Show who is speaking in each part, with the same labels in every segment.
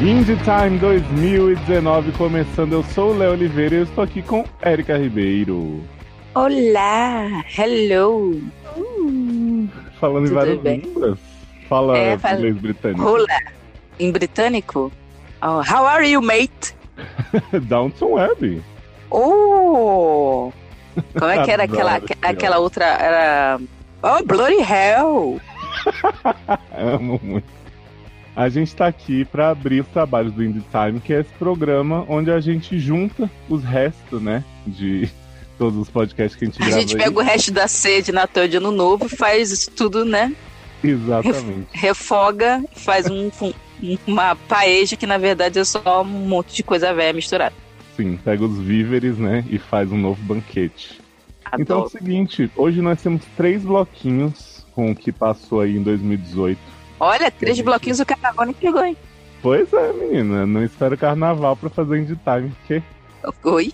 Speaker 1: Indie Time 2019 começando. Eu sou o Léo Oliveira e eu estou aqui com Érica Ribeiro.
Speaker 2: Olá, hello.
Speaker 3: Hum.
Speaker 1: Falando em
Speaker 2: Tudo
Speaker 1: várias
Speaker 2: bem?
Speaker 1: línguas. Fala
Speaker 2: É,
Speaker 1: inglês
Speaker 2: fala-
Speaker 1: britânico.
Speaker 2: Olá. Em britânico? Oh, how are you, mate?
Speaker 1: Downton Web.
Speaker 2: Oh! Como é que era aquela,
Speaker 1: Adoro esse
Speaker 2: aquela outra? Era. Oh, bloody hell!
Speaker 1: Amo muito. A gente tá aqui pra abrir os trabalhos do Indie Time, que é esse programa onde a gente junta os restos, né? De todos os podcasts que a gente
Speaker 2: A
Speaker 1: grava.
Speaker 2: gente
Speaker 1: aí.
Speaker 2: pega o resto da ceia de Natal de Ano Novo, faz isso tudo, né?
Speaker 1: Exatamente.
Speaker 2: Refoga, faz um, um- uma paeja que na verdade é só um monte de coisa velha misturada.
Speaker 1: Sim, pega os víveres, né? E faz um novo banquete. Então é o
Speaker 2: Adoro.
Speaker 1: seguinte, hoje nós temos três bloquinhos com o que passou aí em 2018.
Speaker 2: Olha, três bloquinhos o Carnavone pegou, hein?
Speaker 1: Pois é, menina, não espero carnaval pra fazer Indie Time, porque...
Speaker 2: Oi.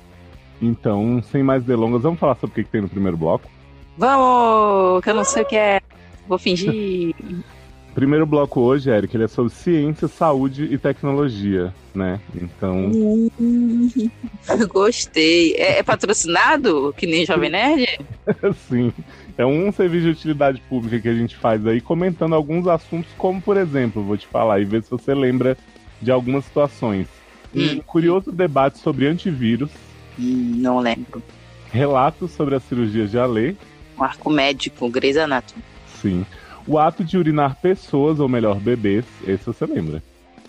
Speaker 1: Então, sem mais delongas, vamos falar sobre o que, que tem no primeiro bloco?
Speaker 2: Vamos, que eu não sei o que é. Vou fingir.
Speaker 1: Primeiro bloco hoje, Eric, ele é sobre ciência, saúde e tecnologia, né? Então,
Speaker 2: Hum, Gostei. É, é patrocinado? Que nem Jovem Nerd?
Speaker 1: assim, é um serviço de utilidade pública que a gente faz aí, comentando alguns assuntos, como por exemplo, vou te falar e ver se você lembra de algumas situações. Um curioso debate sobre antivírus,
Speaker 2: Hum, Não lembro.
Speaker 1: relatos sobre as cirurgias de Ale,
Speaker 2: Um arco médico, Grey's Anatomy.
Speaker 1: sim. O ato de urinar pessoas, ou melhor, bebês, esse você lembra.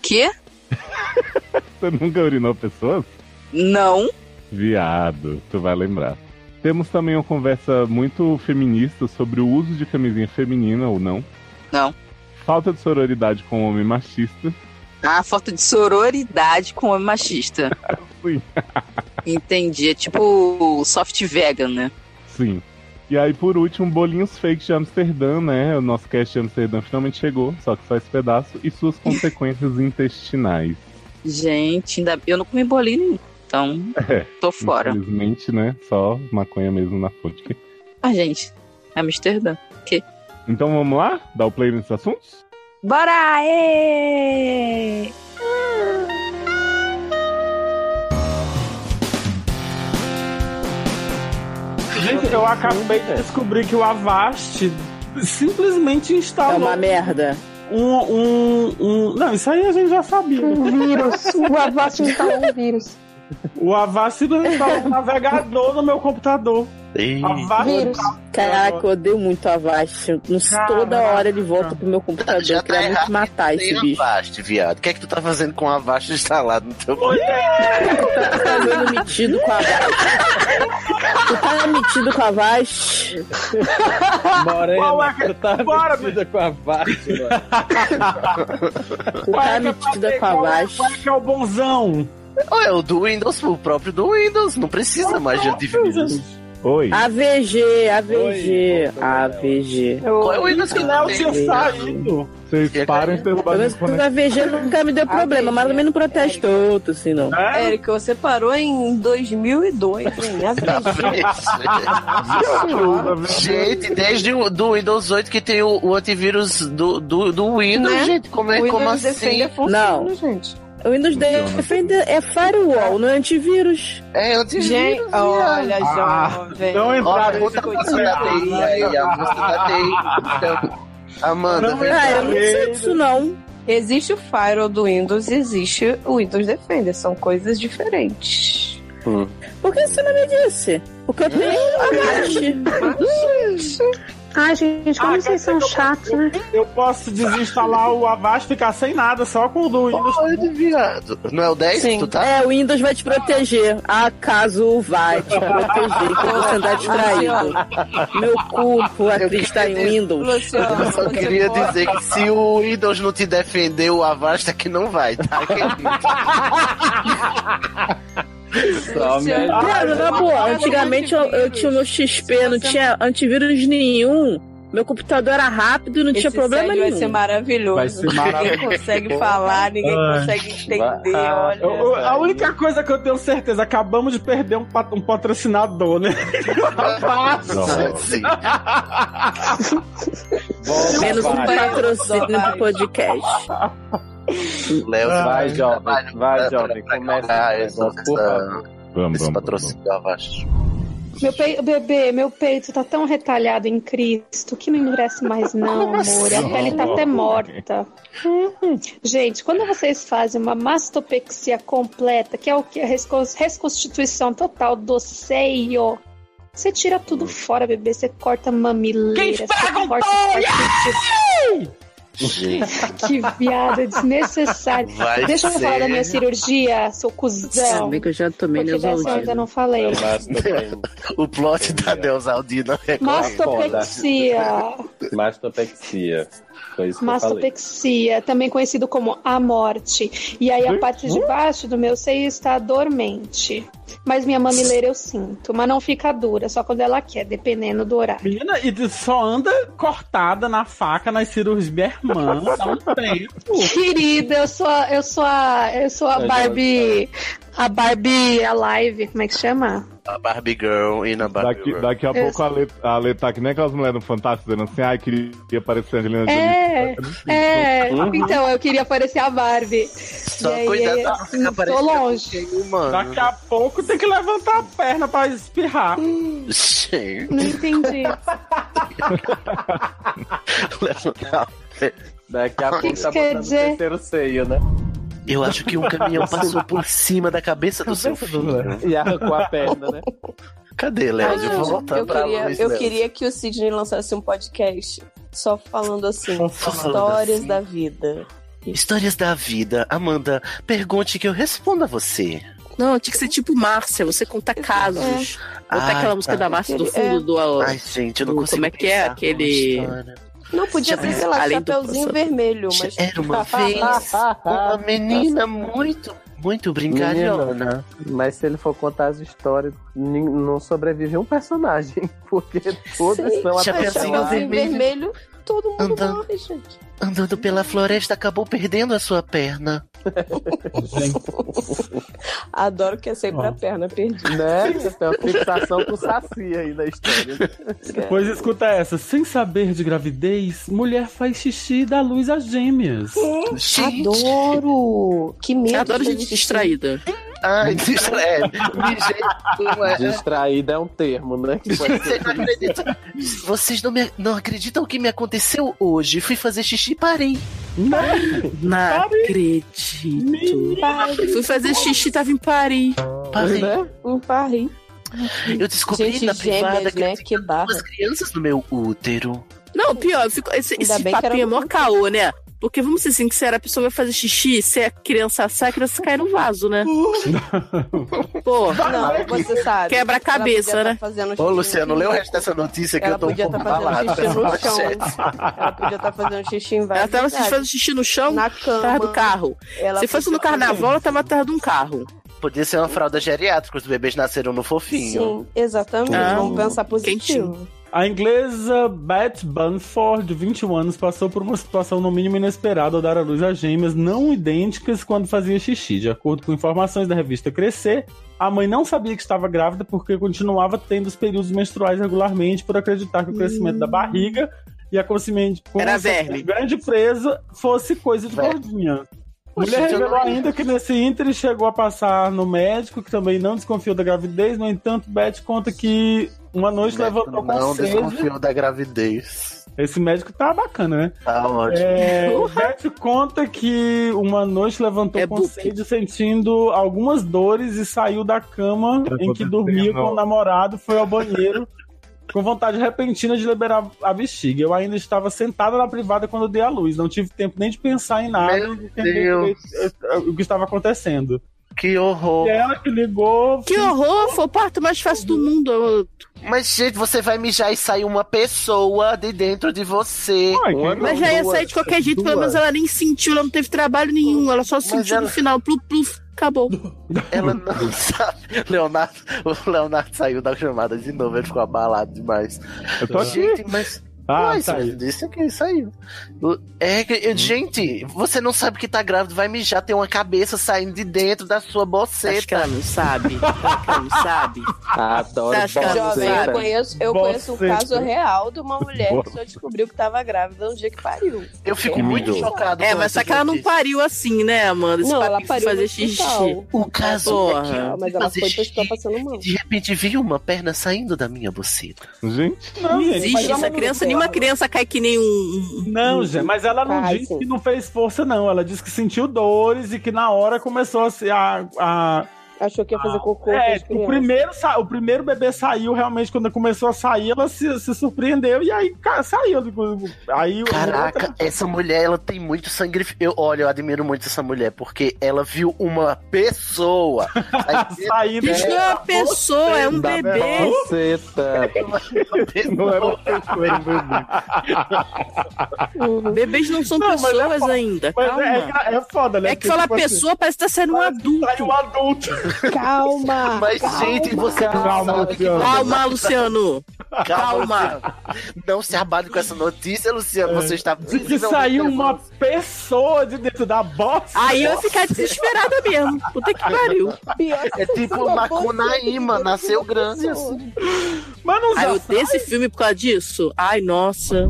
Speaker 2: Que?
Speaker 1: Você nunca urinou pessoas?
Speaker 2: Não.
Speaker 1: Viado, tu vai lembrar. Temos também uma conversa muito feminista sobre o uso de camisinha feminina ou não.
Speaker 2: Não.
Speaker 1: Falta de sororidade com o homem machista.
Speaker 2: Ah, foto de sororidade com homem machista.
Speaker 1: Sim.
Speaker 2: Entendi. É tipo soft vegan, né?
Speaker 1: Sim. E aí, por último, bolinhos fakes de Amsterdã, né? O nosso cast de Amsterdã finalmente chegou, só que só esse pedaço. E suas consequências intestinais.
Speaker 2: Gente, ainda... eu não comi bolinho nenhum. Então,
Speaker 1: É.
Speaker 2: tô fora.
Speaker 1: Infelizmente, né? Só maconha mesmo na fonte.
Speaker 2: Ah, gente. Amsterdã.
Speaker 1: Então vamos lá? Dar o play nesses assuntos?
Speaker 2: Bora! ê!
Speaker 4: Gente, eu acabei de descobrir que o Avast simplesmente
Speaker 5: É
Speaker 4: instalou
Speaker 5: uma merda.
Speaker 4: um, um, um- Não, isso aí a gente já sabia.
Speaker 6: Um vírus. O Avast instalou um vírus.
Speaker 4: O Avast simplesmente instalou um navegador no meu computador.
Speaker 7: Ei,
Speaker 4: Avast
Speaker 6: Vírus.
Speaker 5: Caraca, eu odeio muito a Avast. Não-
Speaker 4: Caraca.
Speaker 5: Toda hora ele volta pro meu computador.
Speaker 7: Já
Speaker 5: Eu
Speaker 7: tá
Speaker 5: queria
Speaker 7: errado.
Speaker 5: muito matar
Speaker 7: tem
Speaker 5: esse
Speaker 7: a
Speaker 5: bicho.
Speaker 7: Avast, viado. O que é que tu tá fazendo com a Avast instalado no teu...
Speaker 5: Tu tá fazendo metido com a Avast. Tu tá metido com a Avast.
Speaker 4: Qual é
Speaker 5: Tu
Speaker 4: que- Bora, bicho. Qual é
Speaker 5: tá
Speaker 4: que eu
Speaker 5: metida
Speaker 4: falei?
Speaker 5: com a
Speaker 4: Qual é-
Speaker 5: Avast.
Speaker 4: qual é que é o bonzão?
Speaker 7: Ou é o do Windows, o próprio do Windows. Não precisa mais de antivírus.
Speaker 1: Oi.
Speaker 5: AVG, AVG, AVG.
Speaker 7: Qual é o Windows que
Speaker 4: O Léo
Speaker 7: não
Speaker 4: tinha
Speaker 7: tem?
Speaker 4: saído.
Speaker 1: Vocês param de derrubar
Speaker 5: Pelo menos o AVG nunca me deu problema, mas também não protesto tanto, assim, não.
Speaker 4: É?
Speaker 3: Érica, você parou em 2002, hein? Às vezes.
Speaker 7: Gente, desde o do Windows 8 que tem o, o antivírus do, do, do Windows,
Speaker 3: Né?
Speaker 7: gente. Como, é-
Speaker 3: O
Speaker 7: como
Speaker 3: Windows
Speaker 7: assim?
Speaker 3: Defender funciona,
Speaker 5: Não.
Speaker 3: gente.
Speaker 5: O Windows Defender é firewall, não é antivírus.
Speaker 7: É antivírus.
Speaker 3: Gente,
Speaker 7: viado.
Speaker 3: olha,
Speaker 4: Ah,
Speaker 3: jovem.
Speaker 4: não
Speaker 7: Ó, a
Speaker 4: entraram
Speaker 7: música
Speaker 4: nesse
Speaker 7: da TI, aí, tá a música da TI. Então, Amanda,
Speaker 4: Não,
Speaker 7: vem
Speaker 5: Ah,
Speaker 7: cá.
Speaker 5: eu não sei disso, não.
Speaker 3: Existe o Firewall do Windows e existe o Windows Defender. São coisas diferentes.
Speaker 7: Hum.
Speaker 5: Por que você não me disse? Porque eu tenho Avast.
Speaker 6: Ai, gente, como
Speaker 4: Ah,
Speaker 6: vocês
Speaker 4: quer
Speaker 6: são
Speaker 4: dizer que eu-
Speaker 6: chatos, né?
Speaker 4: Eu posso desinstalar o Avast e ficar sem nada, só com o do Windows.
Speaker 7: Olha, viado. Não é o 10
Speaker 3: Sim.
Speaker 7: tu tá?
Speaker 5: É, o Windows vai te proteger. Acaso vai te proteger, que você andar distraído. Meu culpo é acreditar em Windows.
Speaker 3: Luciano,
Speaker 7: Eu só
Speaker 3: você
Speaker 7: queria
Speaker 3: pode-
Speaker 7: dizer que se o Windows não te defender, o Avasta que não vai, tá? querido? é
Speaker 1: Ah,
Speaker 3: Luciano,
Speaker 5: Cara, na boa, antigamente eu, eu tinha o meu XP, não tinha antivírus nenhum. Meu computador era rápido, não
Speaker 3: Esse
Speaker 5: tinha problema
Speaker 3: site vai ser
Speaker 5: nenhum.
Speaker 3: maravilhoso.
Speaker 4: Vai ser maravilhoso.
Speaker 3: Ninguém consegue falar, ninguém
Speaker 4: Ai.
Speaker 3: consegue entender. Olha.
Speaker 4: Eu- eu- a única coisa que eu tenho certeza, acabamos de perder um, pat- um patrocinador, né?
Speaker 1: Não.
Speaker 7: Sim.
Speaker 5: Menos um
Speaker 3: vai.
Speaker 5: patrocínio
Speaker 3: Vai.
Speaker 5: do podcast.
Speaker 7: Léo,
Speaker 8: Vai,
Speaker 7: faz
Speaker 8: jovem,
Speaker 7: trabalho
Speaker 8: vai,
Speaker 7: pra-
Speaker 8: jovem,
Speaker 7: pra
Speaker 8: começa
Speaker 7: galgar
Speaker 8: esse
Speaker 7: essa-
Speaker 8: negócio, por favor.
Speaker 1: Vamos,
Speaker 7: Esse
Speaker 1: vamos, vamos.
Speaker 7: patrocínio da Avast.
Speaker 9: Meu peito, bebê, meu peito tá tão retalhado em Cristo que não endurece mais, não, amor. A pele tá até morta. Uhum. Gente, quando vocês fazem uma mastopexia completa, que é o que? A rescos- resconstituição total do seio. Você tira
Speaker 7: Hum.
Speaker 9: tudo fora, bebê. Você corta mamileira.
Speaker 4: Quem
Speaker 9: Você
Speaker 4: fraga um
Speaker 9: corta
Speaker 4: pau?
Speaker 7: Gente,
Speaker 9: Que viada desnecessária.
Speaker 7: vai
Speaker 9: Deixa eu
Speaker 7: ser...
Speaker 9: falar da minha cirurgia, seu
Speaker 5: É,
Speaker 9: cuzão.
Speaker 2: Sabe que eu já tomei
Speaker 9: Porque dessa eu ainda
Speaker 2: Neusaldina.
Speaker 9: não falei.
Speaker 8: Mas também.
Speaker 7: O plot da Deus Aldina é
Speaker 9: Mastopexia.
Speaker 8: Mastopexia. Foi isso que eu falei.
Speaker 9: Mastopexia, também conhecido como a morte. E aí a
Speaker 1: Hum?
Speaker 9: parte de baixo do meu seio está dormente. Mas minha mamileira eu sinto, mas não fica dura, só quando ela quer, dependendo do horário.
Speaker 4: Menina, e tu só anda cortada na faca nas cirurgias irmãs há um tempo.
Speaker 9: Querida, eu sou a, eu sou a, eu sou a
Speaker 8: Ai,
Speaker 9: Barbie, a Barbie alive, como é que chama?
Speaker 7: a Barbie Girl e na Barbie
Speaker 1: Daqui,
Speaker 7: Girl.
Speaker 1: daqui a
Speaker 9: Eu-
Speaker 1: pouco a Lê, a Lê tá que nem aquelas mulheres no Fantástico dizendo assim, ai, queria parecer a Angelina
Speaker 9: É, é.
Speaker 8: Uhum.
Speaker 9: Então eu queria parecer a Barbie.
Speaker 7: Só
Speaker 9: E aí,
Speaker 7: cuidado
Speaker 9: e aí,
Speaker 7: pra não
Speaker 9: assim,
Speaker 7: ficar
Speaker 9: tô
Speaker 7: parecendo
Speaker 9: longe.
Speaker 7: um humano.
Speaker 4: Daqui a pouco tem que levantar a perna pra espirrar.
Speaker 7: Gente,
Speaker 9: Não entendi.
Speaker 7: levantar.
Speaker 8: Daqui a
Speaker 7: Que
Speaker 8: pouco
Speaker 9: que
Speaker 8: tá
Speaker 9: quer
Speaker 8: botando o
Speaker 9: dizer?
Speaker 8: terceiro seio, né?
Speaker 7: Eu acho que um caminhão passou por cima da cabeça do seu filho.
Speaker 8: E arrancou a perna, né?
Speaker 7: Cadê, Léo?
Speaker 3: Ah,
Speaker 7: eu vou voltar
Speaker 3: eu,
Speaker 7: pra
Speaker 3: queria,
Speaker 7: Luiz,
Speaker 3: eu
Speaker 7: Léo.
Speaker 3: queria que o Sidney lançasse um podcast só falando assim,
Speaker 7: Só falando
Speaker 3: histórias
Speaker 7: assim.
Speaker 3: da vida.
Speaker 7: Histórias da vida. Amanda, pergunte que eu respondo a você.
Speaker 2: Não, tinha que ser tipo Márcia, você conta casos. Botar
Speaker 7: Ai,
Speaker 2: aquela música
Speaker 7: tá.
Speaker 2: da Márcia do
Speaker 3: É.
Speaker 2: fundo do.
Speaker 7: Ai, gente, eu não
Speaker 2: Como
Speaker 7: consigo
Speaker 2: é que é
Speaker 7: pensar
Speaker 2: aquele-
Speaker 7: numa história.
Speaker 3: Não podia
Speaker 7: Já
Speaker 3: ser,
Speaker 7: pensou?
Speaker 3: sei lá,
Speaker 2: Além do
Speaker 3: chapeuzinho
Speaker 2: passado.
Speaker 3: vermelho, mas
Speaker 7: Era uma vez uma menina muito, muito brincalhona.
Speaker 8: Mas se ele for contar as histórias, nin- não sobrevive um personagem, porque todas
Speaker 3: Sim,
Speaker 8: são
Speaker 7: já
Speaker 3: mas
Speaker 7: pensou?
Speaker 8: apaixonadas.
Speaker 3: chapeuzinho vermelho, todo mundo
Speaker 7: Andando.
Speaker 3: morre, gente.
Speaker 7: Andando pela floresta, acabou perdendo a sua perna.
Speaker 3: Adoro que é sempre a perna perdida.
Speaker 8: Né? Tem uma fixação com saci aí na história.
Speaker 3: É.
Speaker 4: Pois escuta essa, sem saber de gravidez, mulher faz xixi e dá luz às gêmeas.
Speaker 7: Hum. Gente,
Speaker 3: Adoro! Que medo!
Speaker 2: Eu adoro
Speaker 3: de
Speaker 2: gente
Speaker 3: existir.
Speaker 2: distraída.
Speaker 7: Ai, distra- é, de jeito nenhum.
Speaker 8: Distraída é um termo, né? Que pode ser
Speaker 7: Vocês não acreditam, vocês não, me- não acreditam o que me aconteceu hoje. Fui fazer xixi e parei.
Speaker 2: Não acredito. Fui fazer xixi, tava em Paris.
Speaker 7: Parei.
Speaker 8: né?
Speaker 3: Um parri.
Speaker 7: Eu descobri
Speaker 3: Gente,
Speaker 7: na privada
Speaker 3: gêmeas,
Speaker 7: que
Speaker 3: né?
Speaker 7: eu
Speaker 3: Que barra.
Speaker 7: duas crianças no meu útero.
Speaker 2: Não, pior, eu fico- esse,
Speaker 3: Ainda
Speaker 2: esse
Speaker 3: bem que era
Speaker 2: papinho é
Speaker 3: um
Speaker 2: mó caô, né? Porque vamos ser sinceros, a pessoa vai fazer xixi, se a criança sai, a criança cai no vaso, né? Pô,
Speaker 3: Não, você sabe.
Speaker 2: Quebra a cabeça,
Speaker 3: Ela podia
Speaker 2: né?
Speaker 3: Tá fazendo
Speaker 7: Ô,
Speaker 3: xixi
Speaker 7: Luciano,
Speaker 3: no-
Speaker 7: lê o resto dessa notícia que
Speaker 3: Ela
Speaker 7: eu tô um
Speaker 3: podia
Speaker 7: pouco
Speaker 3: estar
Speaker 7: abalado.
Speaker 3: fazendo xixi no chão.
Speaker 7: Manchete.
Speaker 3: Ela podia estar fazendo xixi em
Speaker 2: ela
Speaker 3: vários
Speaker 2: tava
Speaker 3: lugares.
Speaker 2: fazendo xixi no chão,
Speaker 3: na cama.
Speaker 2: atrás do carro.
Speaker 3: Ela
Speaker 2: Se fosse
Speaker 3: podia
Speaker 2: no
Speaker 3: fazer-
Speaker 2: carnaval, ela tava atrás de um carro.
Speaker 7: Podia ser uma fralda geriátrica, os bebês nasceram no fofinho.
Speaker 3: Sim, exatamente.
Speaker 2: Ah,
Speaker 3: Vamos pensar positivo.
Speaker 4: A inglesa Beth Bunford, de 21 anos, passou por uma situação no mínimo inesperada ao dar à luz a gêmeas não idênticas quando fazia xixi. De acordo com informações da revista Crescer, a mãe não sabia que estava grávida porque continuava tendo os períodos menstruais regularmente por acreditar que o crescimento da barriga e a consciência
Speaker 2: Era
Speaker 4: consequente
Speaker 2: verme.
Speaker 4: grande presa fosse coisa de
Speaker 7: Verme.
Speaker 4: gordinha.
Speaker 7: Poxa,
Speaker 4: Mulher
Speaker 7: eu
Speaker 4: revelou
Speaker 7: não-
Speaker 4: ainda que nesse íntere chegou a passar no médico, que também não desconfiou da gravidez. No entanto, Beth conta que uma noite levantou
Speaker 7: não
Speaker 3: Tá
Speaker 4: com sede.
Speaker 7: desconfiou da gravidez.
Speaker 4: Esse médico tá bacana, né?
Speaker 7: Tá ótimo.
Speaker 4: É,
Speaker 3: Uhum.
Speaker 4: Beth conta que uma noite levantou
Speaker 2: Uhum. É
Speaker 4: com
Speaker 2: book.
Speaker 4: sede, sentindo algumas dores e saiu da cama
Speaker 1: Tá
Speaker 4: em que dormia
Speaker 1: acontecendo.
Speaker 4: com o namorado, foi ao banheiro. Com vontade repentina de liberar a bexiga. Eu ainda estava sentada na privada quando eu dei a luz. Não tive tempo nem de pensar em nada,
Speaker 7: Meu
Speaker 4: nem de entender
Speaker 7: Deus.
Speaker 4: direito, eh, o que estava acontecendo.
Speaker 7: Que horror.
Speaker 4: E ela que ligou.
Speaker 2: Que horror, foi o parto mais fácil do mundo. é
Speaker 7: Mas, gente, você vai mijar e sair uma pessoa de dentro de você.
Speaker 1: Ai,
Speaker 8: Uma
Speaker 1: quem-
Speaker 2: Mas já ia
Speaker 8: Duas,
Speaker 2: sair de qualquer jeito, pelo
Speaker 8: duas.
Speaker 2: menos ela nem sentiu, ela não teve trabalho nenhum, ela só sentiu
Speaker 7: ela-
Speaker 2: no final, pluf, pluf, acabou.
Speaker 7: Ela não sabe. Leonardo, o Leonardo saiu da chamada de novo, ele ficou abalado demais.
Speaker 1: eu tô aqui.
Speaker 7: Gente, mas
Speaker 4: Ah,
Speaker 7: Mas
Speaker 4: tá aí. Hum.
Speaker 7: isso aqui saiu. É, que- gente, você não sabe que tá grávido, vai mijar, tem uma cabeça saindo de dentro da sua
Speaker 2: Acho que ela
Speaker 7: boceta.
Speaker 2: não sabe. Acho que ela não sabe.
Speaker 10: Adoro
Speaker 2: Você acha que ela não
Speaker 3: Jovem, eu
Speaker 2: Zera.
Speaker 3: conheço, eu conheço um
Speaker 4: Boceta.
Speaker 3: caso real de uma mulher que só descobriu que tava grávida no dia que pariu.
Speaker 7: Eu fico
Speaker 3: É.
Speaker 7: muito
Speaker 1: mijou.
Speaker 7: chocado.
Speaker 2: É,
Speaker 7: com
Speaker 2: mas
Speaker 7: essa
Speaker 2: só que ela não
Speaker 7: notícia.
Speaker 2: pariu assim, né, Amanda? Esse
Speaker 3: Não,
Speaker 2: papinho
Speaker 3: ela
Speaker 2: de
Speaker 3: pariu no
Speaker 2: fazer
Speaker 3: hospital.
Speaker 2: xixi.
Speaker 7: O caso é que
Speaker 3: Ah,
Speaker 7: eu
Speaker 3: mas
Speaker 7: fui
Speaker 3: ela
Speaker 7: fazer
Speaker 3: foi porque
Speaker 7: xixi
Speaker 3: estava passando mal.
Speaker 7: e de repente vi uma perna saindo da minha boceta.
Speaker 1: Gente,
Speaker 4: Não, gente, mas
Speaker 2: Existe
Speaker 4: ela-
Speaker 2: essa criança? Nenhuma criança cai que nem um- um.
Speaker 4: Não, gente, mas ela não
Speaker 3: Ai,
Speaker 4: disse
Speaker 3: sim.
Speaker 4: que não fez força, não. Ela disse que sentiu dores e que na hora começou a. se- a, a-
Speaker 3: Achou que ia fazer cocô
Speaker 4: É,
Speaker 3: fez
Speaker 4: o
Speaker 3: criança.
Speaker 4: primeiro, sa- o primeiro bebê saiu, realmente, quando começou a sair, ela se, se surpreendeu e aí ca- saiu. tipo, Aí o- tá-
Speaker 7: Caraca, essa mulher, ela tem muito sangue. frio. Eu, olha, eu admiro muito essa mulher, porque ela viu uma pessoa. sair
Speaker 4: saindo.
Speaker 2: Isso não é uma pessoa, é um bebê.
Speaker 10: Boceta.
Speaker 7: uma pessoa.
Speaker 1: não era um cachorro, era um bebê.
Speaker 2: Bebês não são
Speaker 4: Não, mas é
Speaker 2: pessoas
Speaker 4: fo-
Speaker 2: ainda.
Speaker 4: Mas é,
Speaker 2: Calma.
Speaker 4: é- é foda, né?
Speaker 2: É que
Speaker 4: Porque,
Speaker 2: falar
Speaker 4: tipo assim,
Speaker 2: pessoa parece que tá sendo um
Speaker 4: parece que
Speaker 2: adulto.
Speaker 4: Saiu um adulto.
Speaker 3: Calma!
Speaker 7: Mas,
Speaker 3: calma.
Speaker 7: gente, você não
Speaker 4: Calma,
Speaker 7: sabe que
Speaker 4: Luciano.
Speaker 2: Calma, Luciano. Calma.
Speaker 7: Luciano. Não se abale com essa notícia, Luciano.
Speaker 4: É.
Speaker 7: Você está
Speaker 4: Diz que saiu uma pessoa de dentro da bosta.
Speaker 2: Aí eu ia ficar desesperada mesmo. Puta que pariu.
Speaker 3: Pior que
Speaker 7: É tipo
Speaker 3: Uma
Speaker 7: Macunaíma,
Speaker 3: bosta
Speaker 7: nasceu
Speaker 3: de uma
Speaker 7: grande
Speaker 3: pessoa.
Speaker 7: assim.
Speaker 4: Mas não
Speaker 2: Aí eu
Speaker 4: já
Speaker 2: odeio esse filme por causa disso. Ai, nossa.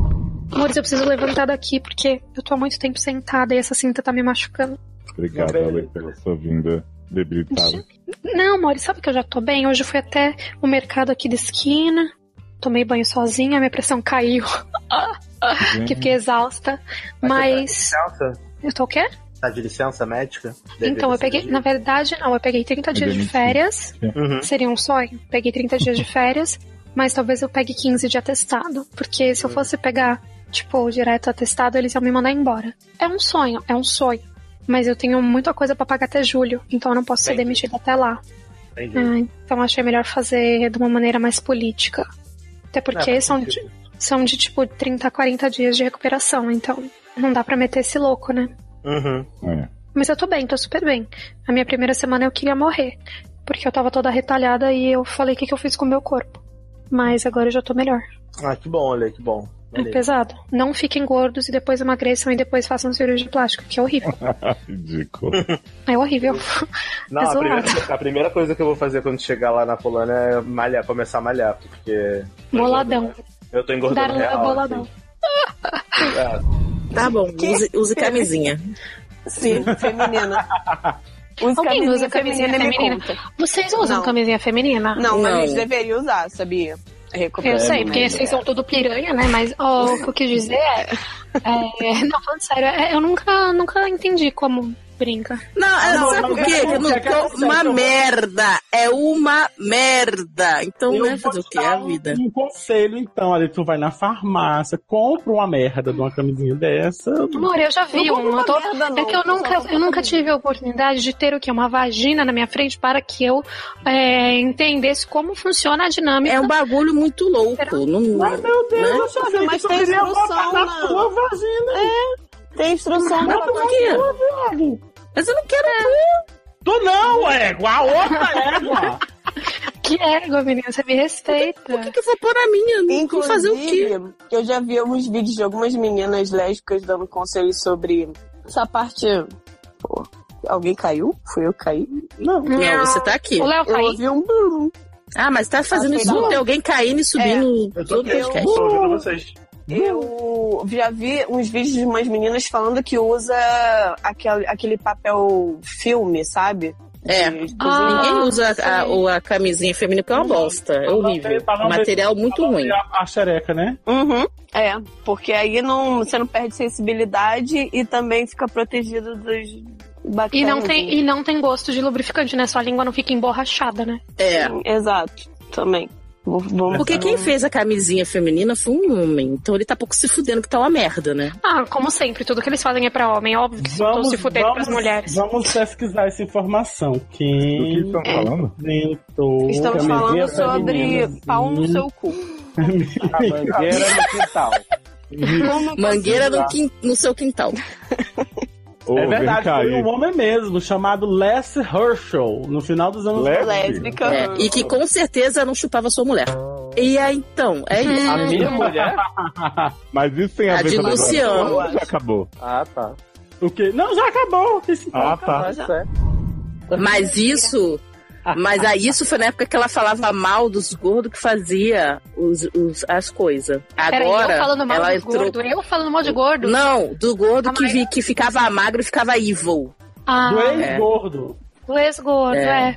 Speaker 9: Amores, eu preciso levantar daqui porque eu tô há muito tempo sentada e essa cinta tá me machucando.
Speaker 1: Obrigado, Ale, pela sua vinda debilitada.
Speaker 9: Não, amores, sabe que eu já tô bem? Hoje eu fui até o mercado aqui da esquina, tomei banho sozinha, minha pressão caiu, porque
Speaker 11: Uhum.
Speaker 9: fiquei exausta.
Speaker 4: um-
Speaker 9: Mas.
Speaker 11: Tá Licença?
Speaker 9: Eu tô o quê?
Speaker 11: Tá de licença médica?
Speaker 9: Então, eu peguei. Na verdade, não, eu peguei 30 dias de
Speaker 1: demitido.
Speaker 9: férias.
Speaker 11: Uhum.
Speaker 9: Seria um sonho. Peguei 30 dias de férias, mas talvez eu pegue 15 de atestado. Porque
Speaker 11: Uhum.
Speaker 9: se eu fosse pegar, tipo, direto atestado, eles iam me mandar embora. É um sonho, é um sonho. Mas eu tenho muita coisa pra pagar até julho, então eu não posso ser
Speaker 11: Entendi.
Speaker 9: demitida até lá.
Speaker 11: Entendi.
Speaker 9: Ah, então achei melhor fazer de uma maneira mais política. Até porque
Speaker 11: É, faz
Speaker 9: são, de,
Speaker 11: sentido.
Speaker 9: são de tipo 30, 40 dias de recuperação, então não dá pra meter esse louco, né?
Speaker 11: Uhum.
Speaker 1: É.
Speaker 9: Mas eu tô bem, tô super bem. A minha primeira semana eu queria morrer, porque eu tava toda retalhada e eu falei o que, que eu fiz com o meu corpo. Mas agora eu já tô melhor.
Speaker 11: Ah, que bom, olha, que bom.
Speaker 9: É
Speaker 11: Maneiro.
Speaker 9: pesado. Não fiquem gordos e depois emagreçam e depois façam cirurgia plástica, que é horrível.
Speaker 1: Ah, Ridículo.
Speaker 9: É horrível.
Speaker 11: Não, a
Speaker 9: Pesado.
Speaker 11: primeira, a primeira coisa que eu vou fazer quando chegar lá na Polônia é malhar, começar a malhar, porque
Speaker 9: Boladão.
Speaker 11: eu tô engordando
Speaker 9: Darlan é
Speaker 11: real.
Speaker 9: boladão.
Speaker 11: assim. É,
Speaker 2: Tá bom, use, use camisinha.
Speaker 3: Sim, feminina. Usa
Speaker 9: Alguém usa camisinha
Speaker 3: e me
Speaker 9: feminina?
Speaker 3: conta.
Speaker 9: Vocês usam
Speaker 3: Não.
Speaker 9: camisinha feminina?
Speaker 3: Não, mas
Speaker 2: Não.
Speaker 3: a gente deveria usar, sabia?
Speaker 9: Ah, Eu
Speaker 3: Recomendo.
Speaker 9: sei, porque vocês são tudo piranha, né? Mas ó, o que eu quis dizer é. é, não, falando sério, é, eu nunca, nunca entendi como brinca.
Speaker 2: Não,
Speaker 9: Ah,
Speaker 2: é-
Speaker 4: não,
Speaker 2: sabe
Speaker 4: mas
Speaker 2: por quê?
Speaker 4: é
Speaker 2: Eu não
Speaker 4: que aquela
Speaker 2: tô uma
Speaker 4: série-
Speaker 2: merda. É uma merda. Então,
Speaker 4: Eu
Speaker 2: né,
Speaker 4: vou
Speaker 2: fazer o
Speaker 4: te
Speaker 2: quê? É
Speaker 4: dar
Speaker 2: a
Speaker 4: um-
Speaker 2: vida.
Speaker 4: Um conselho, então, ali tu vai na farmácia, compra uma merda de uma camisinha dessa.
Speaker 9: Amor, eu já vi
Speaker 3: Não
Speaker 9: um. Eu tô-
Speaker 3: compra merda, não.
Speaker 9: é que eu
Speaker 3: Só
Speaker 9: nunca,
Speaker 3: compra
Speaker 9: eu nunca
Speaker 3: comida.
Speaker 9: tive a oportunidade de ter o quê? Uma vagina na minha frente para que eu é, entendesse como funciona a dinâmica.
Speaker 2: É um bagulho muito louco. Não,
Speaker 4: Ai, meu Deus, eu achei que
Speaker 3: Mas
Speaker 4: tu
Speaker 3: tem
Speaker 4: queria
Speaker 3: solução,
Speaker 4: botar na
Speaker 3: né?
Speaker 4: tua vagina.
Speaker 3: Tem instrução pra
Speaker 2: por quê? Mas eu não quero.
Speaker 4: É. Tu não, égua, a outra égua.
Speaker 9: Que égua, menina, você me respeita.
Speaker 2: Por que vou pôr na minha? Não vou
Speaker 3: Inclusive,
Speaker 2: fazer o quê?
Speaker 3: eu já vi alguns vídeos de algumas meninas lésbicas dando conselhos sobre essa parte. Pô, alguém caiu? Fui eu que caí? Não.
Speaker 2: Não, você tá aqui.
Speaker 9: O Léo
Speaker 3: Eu
Speaker 9: caiu.
Speaker 3: ouvi um brum.
Speaker 2: Ah, mas tá fazendo
Speaker 3: Achei
Speaker 2: isso.
Speaker 3: da hora.
Speaker 2: Tem alguém caindo e subindo
Speaker 11: eu tô,
Speaker 2: todo o
Speaker 11: eu
Speaker 2: podcast.
Speaker 11: tô ouvindo vocês.
Speaker 3: Eu já vi uns vídeos de umas meninas falando que usa aquele, aquele papel filme, sabe?
Speaker 2: É.
Speaker 3: De- de-
Speaker 9: Ah,
Speaker 2: Ninguém usa a, a-
Speaker 9: sei.
Speaker 2: ou a camisinha feminina porque é uma bosta. É horrível.
Speaker 4: Pra não ver-
Speaker 2: Material muito
Speaker 4: pra não ver
Speaker 2: ruim.
Speaker 4: A, a xereca, né?
Speaker 3: Uhum, é, porque aí não, você não perde sensibilidade e também fica protegido dos bactérias.
Speaker 9: E não, tem, e não tem gosto de lubrificante, né? Sua língua não fica emborrachada, né?
Speaker 2: É.
Speaker 3: Exato, também. Vou- vou-
Speaker 2: Porque quem
Speaker 3: não-
Speaker 2: fez a camisinha feminina foi um homem. Então ele tá pouco se fudendo que tá uma merda, né?
Speaker 9: Ah, como sempre, tudo que eles fazem é pra homem. Óbvio que só estão se fudendo pras mulheres.
Speaker 4: Vamos pesquisar essa informação.
Speaker 1: Do que
Speaker 4: Quem
Speaker 1: estão falando?
Speaker 4: inventou
Speaker 3: Estamos
Speaker 4: camisinha
Speaker 3: falando sobre
Speaker 4: feminina?
Speaker 3: pau no
Speaker 4: Hum,
Speaker 3: seu cu.
Speaker 4: Ah,
Speaker 10: A mangueira no quintal.
Speaker 2: Mangueira no, quin- no seu quintal.
Speaker 1: Ô,
Speaker 4: É
Speaker 1: vem
Speaker 4: verdade, foi
Speaker 1: cá
Speaker 4: um homem mesmo, chamado Les Herschel, no final dos anos
Speaker 1: Les?
Speaker 3: Lésbica.
Speaker 9: É,
Speaker 2: É, e que com certeza não chupava sua mulher. E aí, então, é
Speaker 9: Uhum.
Speaker 2: isso.
Speaker 12: A minha mulher?
Speaker 1: Mas isso tem a,
Speaker 2: A
Speaker 1: ver
Speaker 2: de
Speaker 1: com
Speaker 2: Luciano.
Speaker 1: Já acabou.
Speaker 12: Ah, tá.
Speaker 4: O quê? Não, já acabou. Esse...
Speaker 1: Ah, tá.
Speaker 12: Mas é.
Speaker 2: Mas isso. Mas aí isso foi na época que ela falava mal dos gordos que fazia os, os- as coisas.
Speaker 9: Peraí,
Speaker 2: Agora.
Speaker 9: eu falando mal
Speaker 2: ela
Speaker 9: de
Speaker 2: entrou.
Speaker 9: gordo. Eu falando mal de gordo?
Speaker 2: Não, do gordo
Speaker 9: Ah,
Speaker 2: que,
Speaker 9: mas-
Speaker 2: vi, que ficava magro e ficava evil.
Speaker 9: Ah,
Speaker 4: Do ex-gordo.
Speaker 9: do ex-gordo,
Speaker 2: É.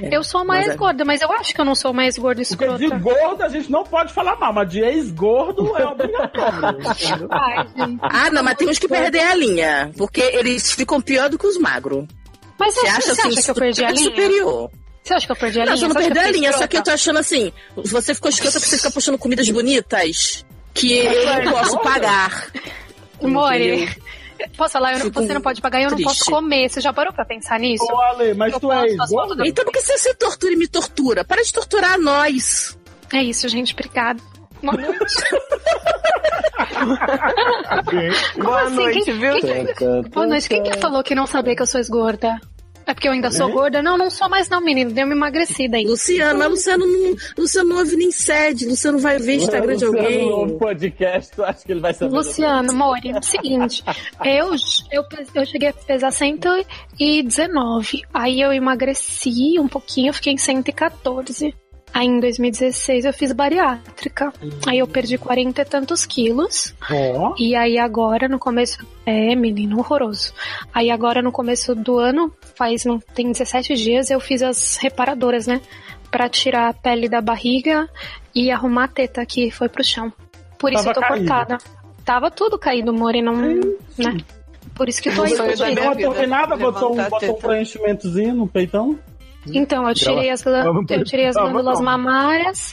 Speaker 9: é. Eu sou uma
Speaker 2: Mas é-
Speaker 9: ex-gorda, mas eu acho que eu não sou uma ex-gorda
Speaker 4: Porque é de
Speaker 9: escrota.
Speaker 4: gordo a gente não pode falar mal, mas de ex-gordo é obrigatório. entendeu?
Speaker 9: Ai, gente.
Speaker 2: Ah, não, mas temos que perder a linha. Porque eles ficam pior do que os magros.
Speaker 9: Mas
Speaker 2: Você
Speaker 9: você
Speaker 2: acha
Speaker 9: acha, você
Speaker 2: assim
Speaker 9: acha que eu perdi a
Speaker 2: super
Speaker 9: linha?
Speaker 2: superior.
Speaker 9: Você acha que eu perdi a
Speaker 2: Não,
Speaker 9: linha?
Speaker 2: você não
Speaker 9: Você acha
Speaker 2: perdeu a
Speaker 9: eu fui
Speaker 2: linha, só que eu tô
Speaker 9: escrota?
Speaker 2: achando assim, você ficou escrota porque você fica postando comidas bonitas que eu não posso pagar.
Speaker 9: é More, posso falar? Eu não-
Speaker 2: Fico
Speaker 9: você não pode pagar e eu não
Speaker 2: triste.
Speaker 9: posso comer. Você já parou pra pensar nisso?
Speaker 4: Ô, Ale, mas
Speaker 9: Eu
Speaker 4: tu é
Speaker 9: posso fazer
Speaker 4: ex-gordo?
Speaker 9: uma-
Speaker 2: Então por que você se tortura e me tortura? Para de torturar nós.
Speaker 9: É isso, gente. Obrigada. Boa noite.
Speaker 1: Gente,
Speaker 9: Como assim?
Speaker 3: noite,
Speaker 9: quem,
Speaker 3: viu?
Speaker 9: Quem, boa noite. Quem que falou que não sabia que eu sou ex-gorda? É porque eu ainda sou gorda? Não, não sou mais não, menino. Deu uma emagrecida ainda.
Speaker 2: Luciano, mas Luciano não, Luciano não ouve nem sede, Luciano vai ver Instagram de alguém.
Speaker 12: Um podcast, eu acho que ele vai saber.
Speaker 9: Luciano, Mori, é o seguinte, eu, eu, eu cheguei a pesar 119, aí eu emagreci um pouquinho, eu fiquei em 114. Aí em 2016 eu fiz bariátrica, aí eu perdi 40 e tantos quilos,
Speaker 4: Ó,
Speaker 9: e aí agora no começo, é menino, horroroso. Aí agora no começo do ano, faz, não tem 17 dias, eu fiz as reparadoras, né, Pra tirar a pele da barriga e arrumar a teta que foi pro chão. Por isso
Speaker 4: Tava
Speaker 9: eu tô
Speaker 4: caído.
Speaker 9: cortada. Tava tudo caído, Mori, não, né? Por isso que eu tô
Speaker 3: Não
Speaker 9: aí.
Speaker 3: sou eu
Speaker 9: Eu
Speaker 3: da
Speaker 9: tirei-
Speaker 3: minha
Speaker 4: não
Speaker 3: vida.
Speaker 4: tem nada, botou um,
Speaker 3: Levantar a
Speaker 4: botou um
Speaker 3: teta.
Speaker 4: preenchimentozinho no peitão.
Speaker 9: Então, eu tirei as, glân-
Speaker 1: Tava-
Speaker 9: eu tirei as
Speaker 1: tava
Speaker 9: glândulas
Speaker 1: não.
Speaker 9: mamárias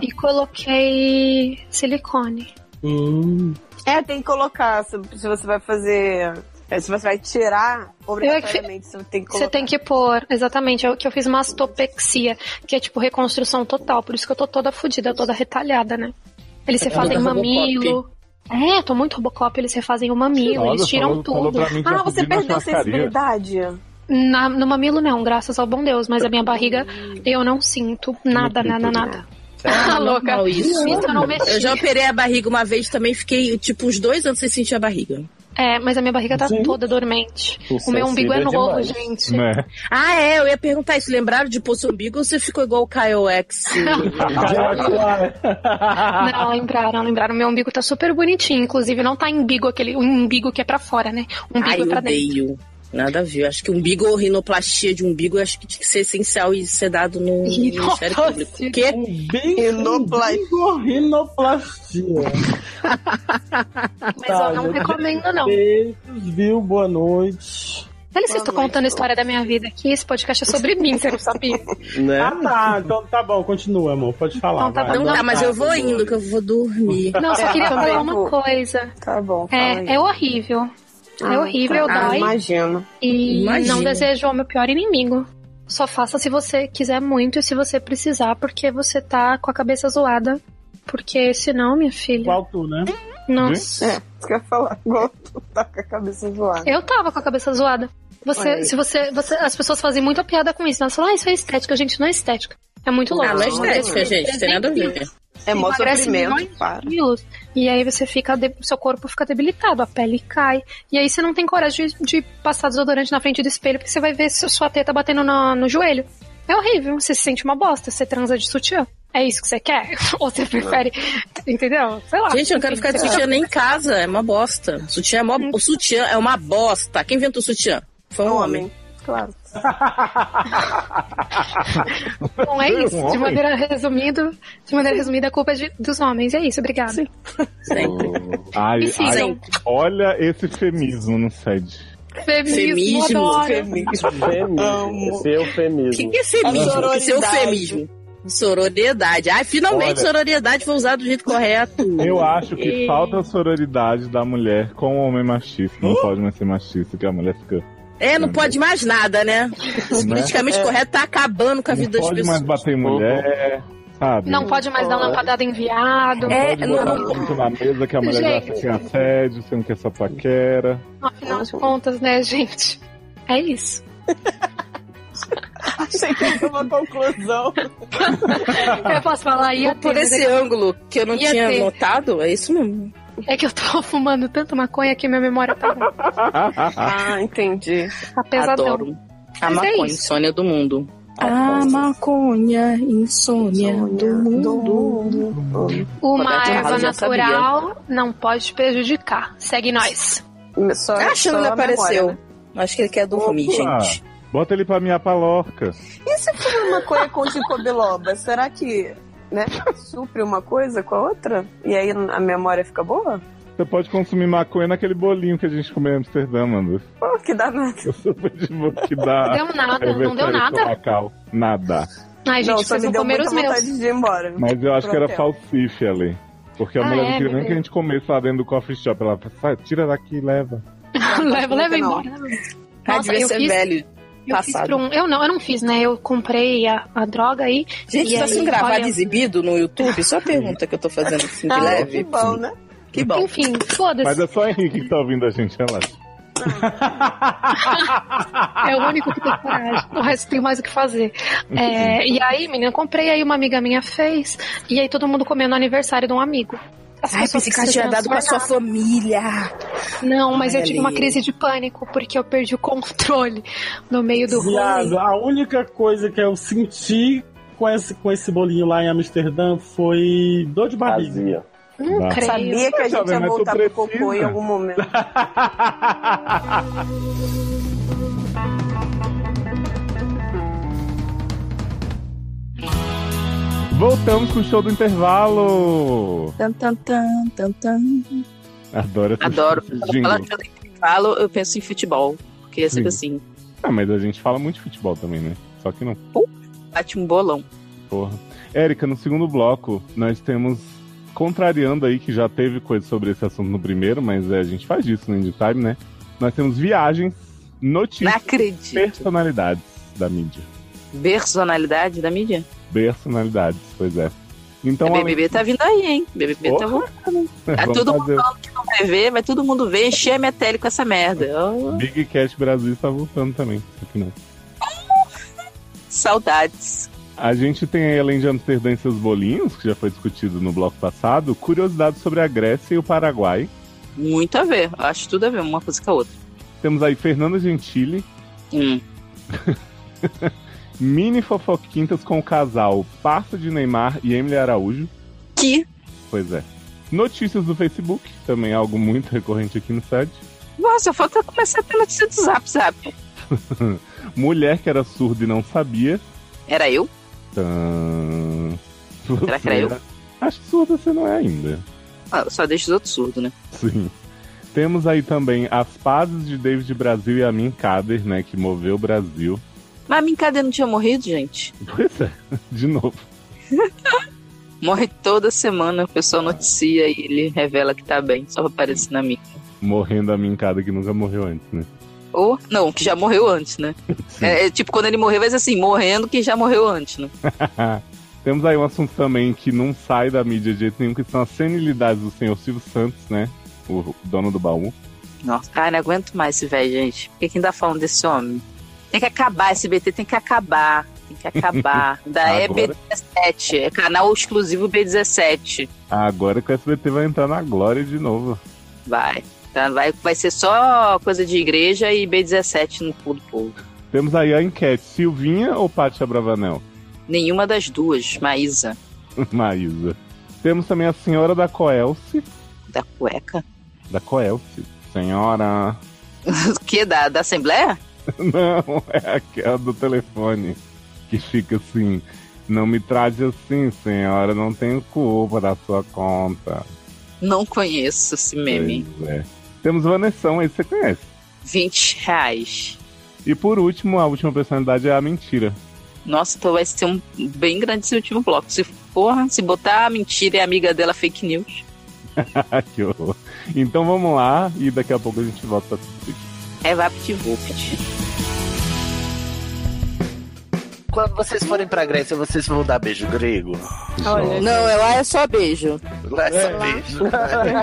Speaker 9: e coloquei silicone.
Speaker 4: Hum.
Speaker 3: É, tem que colocar. Se, se você vai fazer. é, Se você vai
Speaker 9: é
Speaker 3: tirar, obrigatoriamente, você tem que
Speaker 9: Você
Speaker 3: colocar.
Speaker 9: tem que pôr, exatamente, é o que eu fiz mastopexia, que é tipo reconstrução total, por isso que eu tô toda fodida, toda retalhada, né?
Speaker 1: É,
Speaker 9: Eles
Speaker 1: um
Speaker 9: refazem o mamilo. É, tô muito robocop, eles refazem o mamilo,
Speaker 1: Olha,
Speaker 9: eles tiram
Speaker 1: falou- falou
Speaker 9: tudo.
Speaker 1: pra mim que
Speaker 3: Ah,
Speaker 1: tá
Speaker 3: você
Speaker 1: pedindo uma
Speaker 3: perdeu a
Speaker 1: churrascaria.
Speaker 3: sensibilidade?
Speaker 9: Na- no mamilo não, graças ao bom Deus, mas a minha barriga eu não sinto nada,
Speaker 1: Não
Speaker 9: nada,
Speaker 1: sinto
Speaker 9: nada. Tá
Speaker 2: Ah,
Speaker 9: louca.
Speaker 2: normal isso.
Speaker 9: é Isso eu não mexi.
Speaker 2: Eu já operei a barriga uma vez também, fiquei tipo uns dois anos sem sentir a barriga.
Speaker 9: É, mas a minha barriga tá
Speaker 4: Gente.
Speaker 9: toda dormente. O
Speaker 12: Insensível
Speaker 9: meu umbigo é novo,
Speaker 12: demais.
Speaker 9: gente.
Speaker 1: Né?
Speaker 2: Ah, é, eu ia perguntar isso. Lembraram de pôr seu umbigo ou você ficou igual o KOX?
Speaker 9: Um Não, lembraram, lembraram. Meu umbigo tá super bonitinho. Inclusive, não tá umbigo aquele um umbigo que é pra fora, né?
Speaker 2: Ai,
Speaker 9: Umbigo é
Speaker 2: eu
Speaker 9: pra dentro.
Speaker 2: odeio. Nada a ver. Acho que umbigo ou rinoplastia de umbigo, eu acho que tinha que ser essencial e ser dado no Ministério Público.
Speaker 9: Rinoplastia.
Speaker 4: Um
Speaker 2: Porque
Speaker 3: Rinoplastia.
Speaker 4: Rinoplastia. Rinoplastia.
Speaker 9: Mas
Speaker 4: Tá,
Speaker 9: eu não
Speaker 4: gente.
Speaker 9: recomendo, não.
Speaker 4: Beijos, viu? Boa noite.
Speaker 9: Olha, vocês estão
Speaker 3: Boa noite.
Speaker 9: contando a história da minha vida aqui. Esse podcast é sobre mim, você não sabia.
Speaker 12: Né?
Speaker 4: Ah, tá. Então tá bom, continua, amor. Pode falar.
Speaker 9: Então tá
Speaker 4: vai.
Speaker 2: Não tá, mas eu vou indo, que eu vou dormir.
Speaker 9: Não, só
Speaker 3: É,
Speaker 9: queria
Speaker 3: também,
Speaker 9: falar uma
Speaker 3: pô.
Speaker 9: coisa.
Speaker 3: Tá bom. fala aí.
Speaker 9: É, é horrível. É
Speaker 3: Ah,
Speaker 9: horrível,
Speaker 3: tá. Ah,
Speaker 9: dói.
Speaker 3: imagino.
Speaker 9: E
Speaker 2: Imagina.
Speaker 9: não desejo ao meu pior inimigo. Só faça se você quiser muito e se você precisar, porque você tá com a cabeça zoada. Porque senão, minha filha.
Speaker 4: Igual tu, né? Hum?
Speaker 9: Nossa.
Speaker 3: É, isso que eu ia falar. Igual tu tá com a cabeça zoada.
Speaker 9: Eu tava com a cabeça zoada. Você,
Speaker 3: Olha aí.
Speaker 9: se você, você- As pessoas fazem muita piada com isso. né? Elas falam, ah, isso é estética, gente, não é estética. É muito louco.
Speaker 2: Ah, não é
Speaker 9: Você emagrece
Speaker 2: estética, gente. Tem nada a ver.
Speaker 3: É mó
Speaker 9: Emagrece
Speaker 3: sofrimento,
Speaker 9: milhões.
Speaker 3: para.
Speaker 9: quilos, E aí você fica. de- Seu corpo fica debilitado, a pele cai. E aí você não tem coragem de, de passar desodorante na frente do espelho, porque você vai ver se sua teta batendo no, no joelho. É horrível. Você se sente uma bosta, você transa de sutiã. É isso que você quer? Ou você prefere. Entendeu? Sei lá.
Speaker 2: Gente, eu não quero
Speaker 9: Enfim,
Speaker 2: ficar de
Speaker 9: você-
Speaker 2: sutiã nem em casa. É uma bosta. Sutiã é mó... O sutiã é uma bosta. Quem inventou o sutiã? Foi um homem.
Speaker 3: Homem. Claro.
Speaker 9: Bom, é isso. De
Speaker 1: um Homem.
Speaker 9: maneira resumida, de maneira resumida, a culpa é de- dos homens. É isso, obrigada.
Speaker 2: Sempre.
Speaker 1: Ai,
Speaker 9: E sim,
Speaker 1: ai,
Speaker 9: sim.
Speaker 1: olha esse feminismo no sede.
Speaker 9: Feminismo,
Speaker 2: Feminismo.
Speaker 9: adoro.
Speaker 12: Eufemismo. Esse
Speaker 2: O que,
Speaker 12: eufemismo.
Speaker 2: que é feminismo? Esse é
Speaker 3: Sororidade.
Speaker 2: eufemismo. Sororidade. Ai, finalmente
Speaker 1: Olha.
Speaker 2: sororidade foi usado do jeito correto.
Speaker 1: Eu acho que falta a sororidade da mulher com o homem machista. Não pode mais ser machista, que a mulher fica.
Speaker 2: É, não pode mais nada, né?
Speaker 1: Né?
Speaker 2: Politicamente correto tá acabando com a vida
Speaker 1: Não
Speaker 2: das
Speaker 1: pode
Speaker 2: pessoas.
Speaker 1: mais bater em mulher, sabe?
Speaker 9: Não pode mais dar uma lapadada em viado.
Speaker 1: Não
Speaker 2: É,
Speaker 1: pode botar
Speaker 2: não-
Speaker 1: pinto na mesa que a mulher
Speaker 9: Gente.
Speaker 1: gasta sem assédio, sendo que é só paquera.
Speaker 9: Afinal de contas, né, gente? É isso.
Speaker 3: Cheguei a uma conclusão.
Speaker 9: Eu posso falar aí?
Speaker 5: Ou por esse ângulo que eu não
Speaker 9: Ia
Speaker 5: tinha
Speaker 9: ter.
Speaker 5: notado, é isso mesmo.
Speaker 9: É que eu tô fumando tanto maconha que minha memória tá,
Speaker 3: Ah, entendi.
Speaker 9: tá pesadão.
Speaker 5: Adoro. A
Speaker 9: Mas é
Speaker 5: maconha,
Speaker 9: isso.
Speaker 5: insônia do mundo.
Speaker 2: A maconha, insônia do mundo.
Speaker 9: Uma
Speaker 5: Roberto
Speaker 9: erva
Speaker 5: Carlos já
Speaker 9: natural não pode te prejudicar. Segue nós.
Speaker 3: é Só,
Speaker 5: Ah, a
Speaker 3: só
Speaker 5: Xana não
Speaker 3: a memória,
Speaker 5: apareceu.
Speaker 3: né?
Speaker 5: Acho que ele quer dormir,
Speaker 1: Opa.
Speaker 5: gente.
Speaker 1: Bota ele pra minha palorca.
Speaker 3: E se for maconha com ginkgo biloba, será que, né, supre uma coisa com a outra? E aí a memória fica boa?
Speaker 1: Você pode consumir maconha naquele bolinho que a gente comeu em Amsterdã, mano.
Speaker 3: Pô, que danado.
Speaker 1: Eu super de boa que dá.
Speaker 9: Deu nada, não deu
Speaker 1: revertério
Speaker 9: nada.
Speaker 1: cloacal. Nada.
Speaker 9: Ai, gente,
Speaker 3: não, só
Speaker 9: vocês
Speaker 3: me
Speaker 9: vão
Speaker 3: deu
Speaker 9: comer
Speaker 3: muita
Speaker 9: os meus.
Speaker 3: vontade de ir embora.
Speaker 1: Mas eu acho que
Speaker 3: Pro
Speaker 1: era
Speaker 3: hotel.
Speaker 1: falsífia ali. Porque a
Speaker 9: Ah,
Speaker 1: mulher
Speaker 9: é,
Speaker 1: não queria
Speaker 9: meu
Speaker 1: nem que a gente comesse lá dentro do coffee shop. Ela falou, "Sai, tira daqui e leva.
Speaker 9: leva, leva
Speaker 3: Não.
Speaker 9: embora.
Speaker 5: Ah,
Speaker 9: Nossa,
Speaker 5: devia
Speaker 9: eu
Speaker 5: ser
Speaker 9: fiz-
Speaker 5: velho.
Speaker 9: Eu fiz
Speaker 5: Passado.
Speaker 9: pra um. Eu não, eu não fiz, né? Eu comprei a, a droga aí.
Speaker 5: Gente,
Speaker 9: E
Speaker 5: tá
Speaker 9: aí,
Speaker 5: sendo gravado
Speaker 9: olha- tá
Speaker 5: e exibido no YouTube? Só a pergunta que eu tô fazendo assim de
Speaker 3: Ah,
Speaker 5: leve.
Speaker 3: que bom, né?
Speaker 5: Que bom.
Speaker 9: Enfim,
Speaker 1: Mas
Speaker 9: foda-se.
Speaker 1: é só o Henrique que tá ouvindo a gente, relaxa.
Speaker 9: É o único que tem coragem. O resto tem mais o que fazer. É, e aí, menina, eu comprei aí, uma amiga minha fez. E aí todo mundo comeu no aniversário de um amigo. As
Speaker 5: Ai,
Speaker 9: pessoas
Speaker 5: pensei que você
Speaker 9: se
Speaker 5: tinha dado com a sua
Speaker 9: transformaram.
Speaker 5: família.
Speaker 9: Não, mas eu
Speaker 5: Olha
Speaker 9: tive uma
Speaker 5: aí.
Speaker 9: crise de pânico, porque eu perdi o controle no meio do rolê.
Speaker 4: Viado, a única coisa que eu senti com esse, com esse bolinho lá em Amsterdã foi dor de barriga.
Speaker 11: Vazia.
Speaker 9: Não
Speaker 1: Tá.
Speaker 9: creio.
Speaker 3: Sabia que a gente
Speaker 1: Jovem,
Speaker 3: ia
Speaker 1: mas tu
Speaker 3: voltar pro cocô em
Speaker 1: precisa.
Speaker 3: algum momento.
Speaker 1: Voltamos com o show do intervalo.
Speaker 2: Tan, tan, tan, tan, tan.
Speaker 1: Adoro essa
Speaker 2: Adoro. Quando ela
Speaker 1: Jingle.
Speaker 2: fala em intervalo, eu penso em futebol. Porque é sempre assim,
Speaker 1: Ah, mas a gente fala muito de futebol também, né? Só que não,
Speaker 2: bate um bolão.
Speaker 1: porra. Érica, no segundo bloco, nós temos. Contrariando aí, que já teve coisa sobre esse assunto no primeiro, mas é, a gente faz isso no Indie Time, né? Nós temos viagens,
Speaker 2: Não
Speaker 1: notícias,
Speaker 2: acredito.
Speaker 1: personalidades da mídia.
Speaker 2: Personalidade da mídia?
Speaker 1: Personalidades, pois é. Então, além-
Speaker 2: BBB tá vindo aí, hein? BBB tá
Speaker 1: Porra.
Speaker 2: voltando. Tá
Speaker 1: Vamos
Speaker 2: todo mundo
Speaker 1: fazer.
Speaker 2: falando que não vai ver, vai todo mundo ver, encher a minha tele com essa merda. Ó,
Speaker 1: Big Cat Brasil está voltando também. só que não.
Speaker 2: saudades.
Speaker 1: A gente tem aí, além de Amsterdã e seus bolinhos, que já foi discutido no bloco passado, curiosidades sobre a Grécia e o Paraguai.
Speaker 2: Muito a ver. Acho tudo a ver, uma coisa com a outra.
Speaker 1: Temos aí Fernando Gentili,
Speaker 2: Hum.
Speaker 1: mini fofoquintas com o casal Parça de Neymar e Emily Araújo.
Speaker 2: Que
Speaker 1: Pois é. Notícias do Facebook, também algo muito recorrente aqui no site.
Speaker 2: Nossa, falta começar pela notícia do Zap Zap.
Speaker 1: Mulher que era surda e não sabia.
Speaker 2: Era eu?
Speaker 1: Tã...
Speaker 2: Será que era eu?
Speaker 1: né? Acho que surda você não é ainda.
Speaker 2: Ah, eu só deixa os outros surdos, né?
Speaker 1: Sim. Temos aí também as pazes de David Brasil e a Min Kader, né? Que moveu o Brasil.
Speaker 2: Mas a Mincadeira não tinha morrido, gente?
Speaker 1: Pois é, de novo.
Speaker 2: Morre toda semana, o pessoal noticia e ele revela que tá bem, só pra aparecer na mídia.
Speaker 1: Morrendo a Min Kader que nunca morreu antes, né?
Speaker 2: Ou, não, que já morreu antes, né?
Speaker 1: Sim.
Speaker 2: É, é tipo, quando ele morrer, vai ser assim, morrendo que já morreu antes, né?
Speaker 1: Temos aí um assunto também que não sai da mídia de jeito nenhum, que são as senilidades do senhor Silvio Santos, né? O dono do baú.
Speaker 2: Nossa, cara, não aguento mais esse velho, gente. Por que que ainda falam desse homem? Tem que acabar esse BT, tem que acabar. Tem que acabar. Ainda é
Speaker 1: Agora.
Speaker 2: B17, é canal exclusivo B17.
Speaker 1: Agora que o SBT vai entrar na glória de novo.
Speaker 2: Vai. Tá, vai, vai ser só coisa de igreja e B17 no pulo povo.
Speaker 1: Temos aí a enquete, Silvinha ou Pátia Bravanel?
Speaker 2: Nenhuma das duas, Maísa,
Speaker 1: Maísa. Temos também a senhora da Coelce.
Speaker 2: da cueca.
Speaker 1: Da Coelce. Senhora...
Speaker 2: O que? Da, da Assembleia?
Speaker 1: Não, é aquela do telefone que fica assim. Não me trate assim, senhora. Não tenho culpa da sua conta.
Speaker 2: Não conheço esse meme.
Speaker 1: Pois é. Temos Vanessão, aí você conhece.
Speaker 2: 20 reais.
Speaker 1: E por último, a última personalidade é a mentira.
Speaker 2: Nossa, então vai ser um bem grande esse último bloco. Se for, se botar a mentira e a amiga dela fake news.
Speaker 1: que horror. Então vamos lá e daqui a pouco a gente volta pra tudo isso aqui.
Speaker 2: É VaptVupt.
Speaker 7: Quando vocês forem pra Grécia, vocês vão dar beijo grego?
Speaker 2: Olha, não, é lá é só beijo. É.
Speaker 7: Lá é só beijo.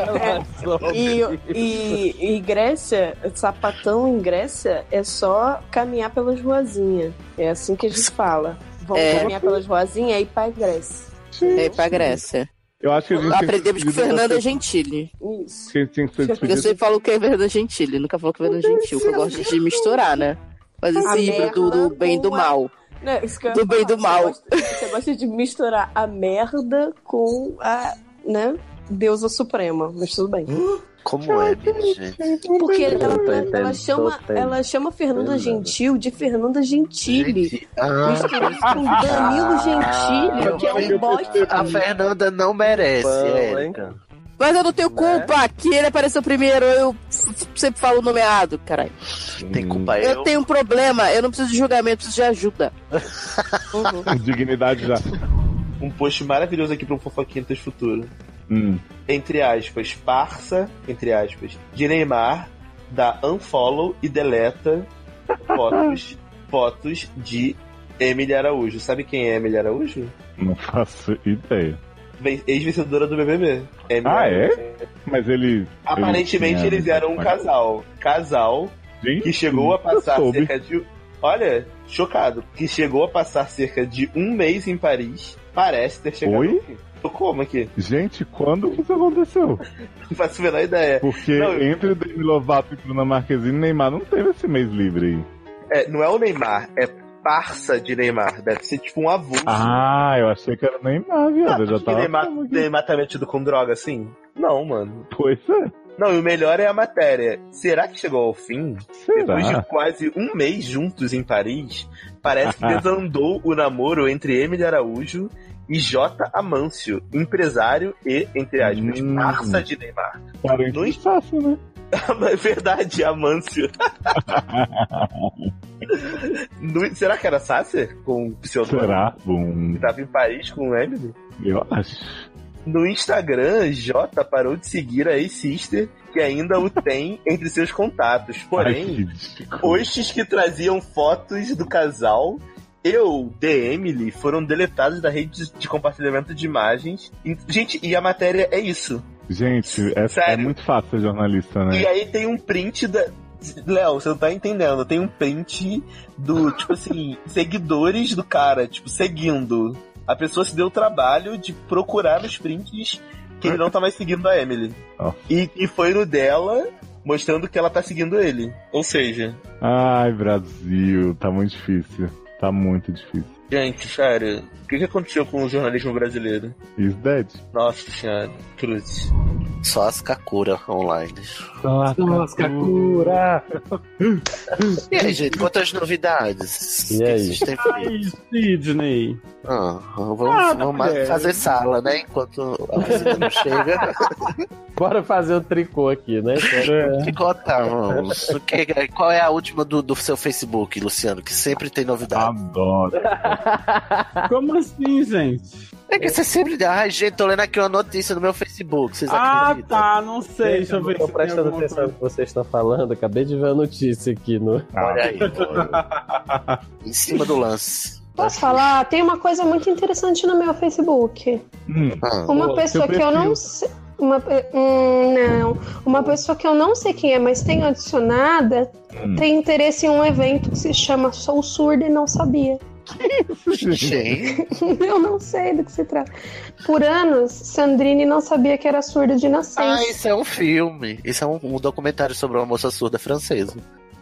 Speaker 3: E, e, e Grécia, sapatão em Grécia é só caminhar pelas ruazinhas. É assim que a gente fala. Vamos
Speaker 2: É.
Speaker 3: caminhar pelas ruazinhas e ir pra Grécia.
Speaker 2: É pra Grécia.
Speaker 1: Eu acho que a gente tem que
Speaker 2: Aprendemos
Speaker 1: se
Speaker 2: que
Speaker 1: despedir
Speaker 2: Fernanda é
Speaker 1: dessa-
Speaker 2: Gentili.
Speaker 3: Isso.
Speaker 1: que a gente tem que se
Speaker 2: Eu
Speaker 1: despedir
Speaker 2: sempre falo que é Fernanda Gentili, nunca falo que é Fernanda Gentil, que eu gosto de misturar, né? Fazer
Speaker 3: A
Speaker 2: esse híbrido do
Speaker 3: merda é
Speaker 2: bem e do
Speaker 3: com a-
Speaker 2: mal.
Speaker 3: Não, isso que eu ia
Speaker 2: Do bem e
Speaker 3: falar.
Speaker 2: do mal.
Speaker 3: Você gosta, você gosta de misturar a merda com a, né, deusa suprema. Mas tudo bem.
Speaker 2: Hum?
Speaker 7: Como é, minha
Speaker 9: né?
Speaker 7: gente?
Speaker 3: Porque ela,
Speaker 8: tô
Speaker 3: ela
Speaker 8: entendendo,
Speaker 3: chama,
Speaker 8: tô
Speaker 3: ela chama Fernanda Gentil de Fernanda Gentili.
Speaker 7: Ah,
Speaker 3: Misturado com
Speaker 8: Ah.
Speaker 3: Danilo Gentili, que é um bote.
Speaker 7: a Fernanda não merece, é.
Speaker 8: Pão,
Speaker 7: Érica.
Speaker 2: Mas eu não
Speaker 3: Né?
Speaker 2: tenho culpa, que ele apareceu primeiro, eu f- sempre falo o nome errado, caralho.
Speaker 7: Tem culpa
Speaker 2: Eu...
Speaker 7: eu?
Speaker 2: tenho um problema, eu não preciso de julgamento, preciso de ajuda.
Speaker 3: Uhum.
Speaker 1: com dignidade já.
Speaker 11: Um post maravilhoso aqui um pro Fofoquintas Futuro.
Speaker 1: Hum.
Speaker 11: Entre aspas, parça, entre aspas, de Neymar, dá unfollow e deleta fotos, fotos de Emily Araújo. Sabe quem é Emily Araújo?
Speaker 1: Não faço ideia.
Speaker 11: Ven- Ex-vencedora do BBB. Emily
Speaker 1: Ah, é?
Speaker 11: Araújo.
Speaker 1: Mas ele.
Speaker 11: Aparentemente
Speaker 1: ele tinha-
Speaker 11: eles eram um casal. Casal
Speaker 1: Gente,
Speaker 11: que chegou a passar
Speaker 1: soube.
Speaker 11: cerca de. Olha, chocado. Que chegou a passar cerca de um mês em Paris. Parece ter chegado.
Speaker 1: Oi?
Speaker 11: ao fim. Tô como aqui?
Speaker 1: Gente, quando que isso aconteceu?
Speaker 11: Não faço a menor ideia.
Speaker 1: Porque
Speaker 11: Não, eu-
Speaker 1: entre Demi Lovato e Bruna Marquezine, Neymar não teve esse mês livre aí.
Speaker 11: É, não é o Neymar, é parça de Neymar. Deve ser tipo um avulso.
Speaker 1: Ah, eu achei que era o Neymar, viado. Eu já
Speaker 11: que
Speaker 1: tava.
Speaker 11: Neymar, Neymar tá metido com droga assim? Não, mano.
Speaker 1: Pois é.
Speaker 11: Não, e o melhor é a matéria. Será que chegou ao fim? Depois de
Speaker 1: Será?
Speaker 11: quase um mês juntos em Paris, parece que desandou o namoro entre Emily Araújo e J. Amâncio, empresário e, entre aspas,
Speaker 1: Hum.
Speaker 11: parça de Neymar.
Speaker 1: Parente
Speaker 11: dois-
Speaker 1: de Sasso, né?
Speaker 11: É verdade, Amâncio. No- Será que era Sasser com o pseudônimo?
Speaker 1: Será? Bom,
Speaker 11: Que tava em Paris com Emily?
Speaker 1: eu acho.
Speaker 11: No Instagram, J parou de seguir a ex-sister, que ainda o tem entre seus contatos. Porém,
Speaker 1: Ai, que ridículo.
Speaker 11: posts que traziam fotos do casal eu, The Emily, foram deletados da rede de compartilhamento de imagens. E- gente, e a matéria é isso.
Speaker 1: Gente, é, é
Speaker 11: Sério.
Speaker 1: muito fácil ser jornalista, né?
Speaker 11: E aí tem um print da. Léo, você não tá entendendo. Tem um print do, tipo assim, seguidores do cara, tipo, seguindo. A pessoa se deu o trabalho de procurar os prints que ele não tá mais seguindo a Emily.
Speaker 1: Ó.
Speaker 11: E, e foi no dela, mostrando que ela tá seguindo ele. Ou seja,
Speaker 1: Ai, Brasil, tá muito difícil. Tá muito difícil.
Speaker 11: Gente, sério, o que, que aconteceu com o jornalismo brasileiro?
Speaker 1: Is dead?
Speaker 11: Nossa senhora, cruz.
Speaker 7: Só as Kakura online.
Speaker 4: Cura! Hum.
Speaker 7: E aí, gente, quantas novidades?
Speaker 8: E aí?
Speaker 7: Vocês têm feito?
Speaker 4: Ai, Sidney!
Speaker 7: Ah, vamos
Speaker 4: Nada,
Speaker 7: vamos ma-
Speaker 4: mulher.
Speaker 7: fazer sala, né? Enquanto a visita não chega.
Speaker 8: Bora fazer o tricô aqui, né?
Speaker 7: Tricotar, vamos. O que- Qual é a última do, do seu Facebook, Luciano? Que sempre tem novidade.
Speaker 1: Adoro.
Speaker 4: Como assim, gente?
Speaker 7: é que você sempre. Ai, gente, tô lendo aqui uma notícia no meu Facebook. Vocês
Speaker 4: Ah,
Speaker 7: acreditam?
Speaker 4: tá, não sei. Deixa eu ver
Speaker 8: Tô
Speaker 4: se tem
Speaker 8: prestando
Speaker 4: alguma
Speaker 8: atenção no que vocês estão falando. Acabei de ver a notícia aqui no.
Speaker 7: Olha aí. em cima do lance.
Speaker 9: Posso falar? Tem uma coisa muito interessante no meu Facebook.
Speaker 1: Hum,
Speaker 7: Ah,
Speaker 9: Uma
Speaker 1: Pô,
Speaker 9: pessoa
Speaker 1: seu
Speaker 9: que eu
Speaker 1: perfil.
Speaker 9: não sei. Uma, pe- hum, não. Uma pessoa que eu não sei quem é, mas tenho adicionada,
Speaker 1: Hum.
Speaker 9: tem interesse em um evento que se chama Sou Surda e Não Sabia.
Speaker 7: gente.
Speaker 9: Eu não sei do que se trata. Por anos, Sandrine não sabia que era surda de
Speaker 7: Ah,
Speaker 9: nascença.
Speaker 7: isso é um filme. Isso é um, um documentário sobre uma moça surda francesa.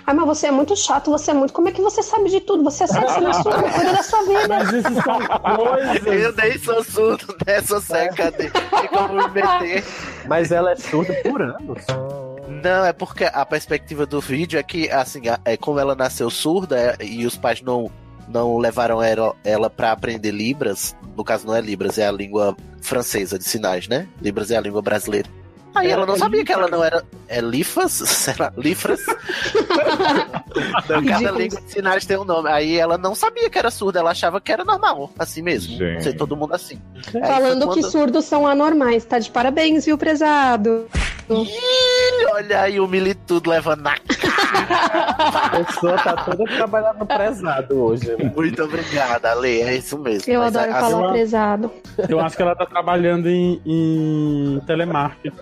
Speaker 9: Ah, mas você é muito chato, você é muito. Como é que você sabe de tudo? Você sabe, você não é surda, cuida da sua vida.
Speaker 4: Mas isso são
Speaker 7: Eu
Speaker 4: coisas.
Speaker 7: nem sou surdo nessa década. Tem
Speaker 8: um
Speaker 7: como me meter.
Speaker 8: Mas ela é surda por anos.
Speaker 7: Não, é porque a perspectiva do vídeo é que, assim, a- é como ela nasceu surda é, e os pais não, não levaram ela, ela para aprender Libras. No caso, não é Libras, é a língua francesa de sinais, né? Libras é a língua brasileira.
Speaker 8: É
Speaker 7: Aí ela não sabia que ela não era. É Lifas? Será? Lifras? Cada língua de sinais tem um nome. Aí ela não sabia que era surda, ela achava que era normal, assim mesmo.
Speaker 1: Gente.
Speaker 7: Ser todo mundo assim. Aí foi
Speaker 9: Falando que
Speaker 7: quando-
Speaker 9: surdos são anormais, tá de parabéns, viu, prezado?
Speaker 7: Olha aí, o militudo leva na
Speaker 13: A pessoa tá toda trabalhando prezado hoje, né?
Speaker 7: Muito obrigada, Ale. É isso mesmo.
Speaker 14: Eu
Speaker 7: Mas
Speaker 14: adoro
Speaker 7: a- a-
Speaker 14: falar prezado.
Speaker 4: Eu acho que ela tá trabalhando em, em telemarketing.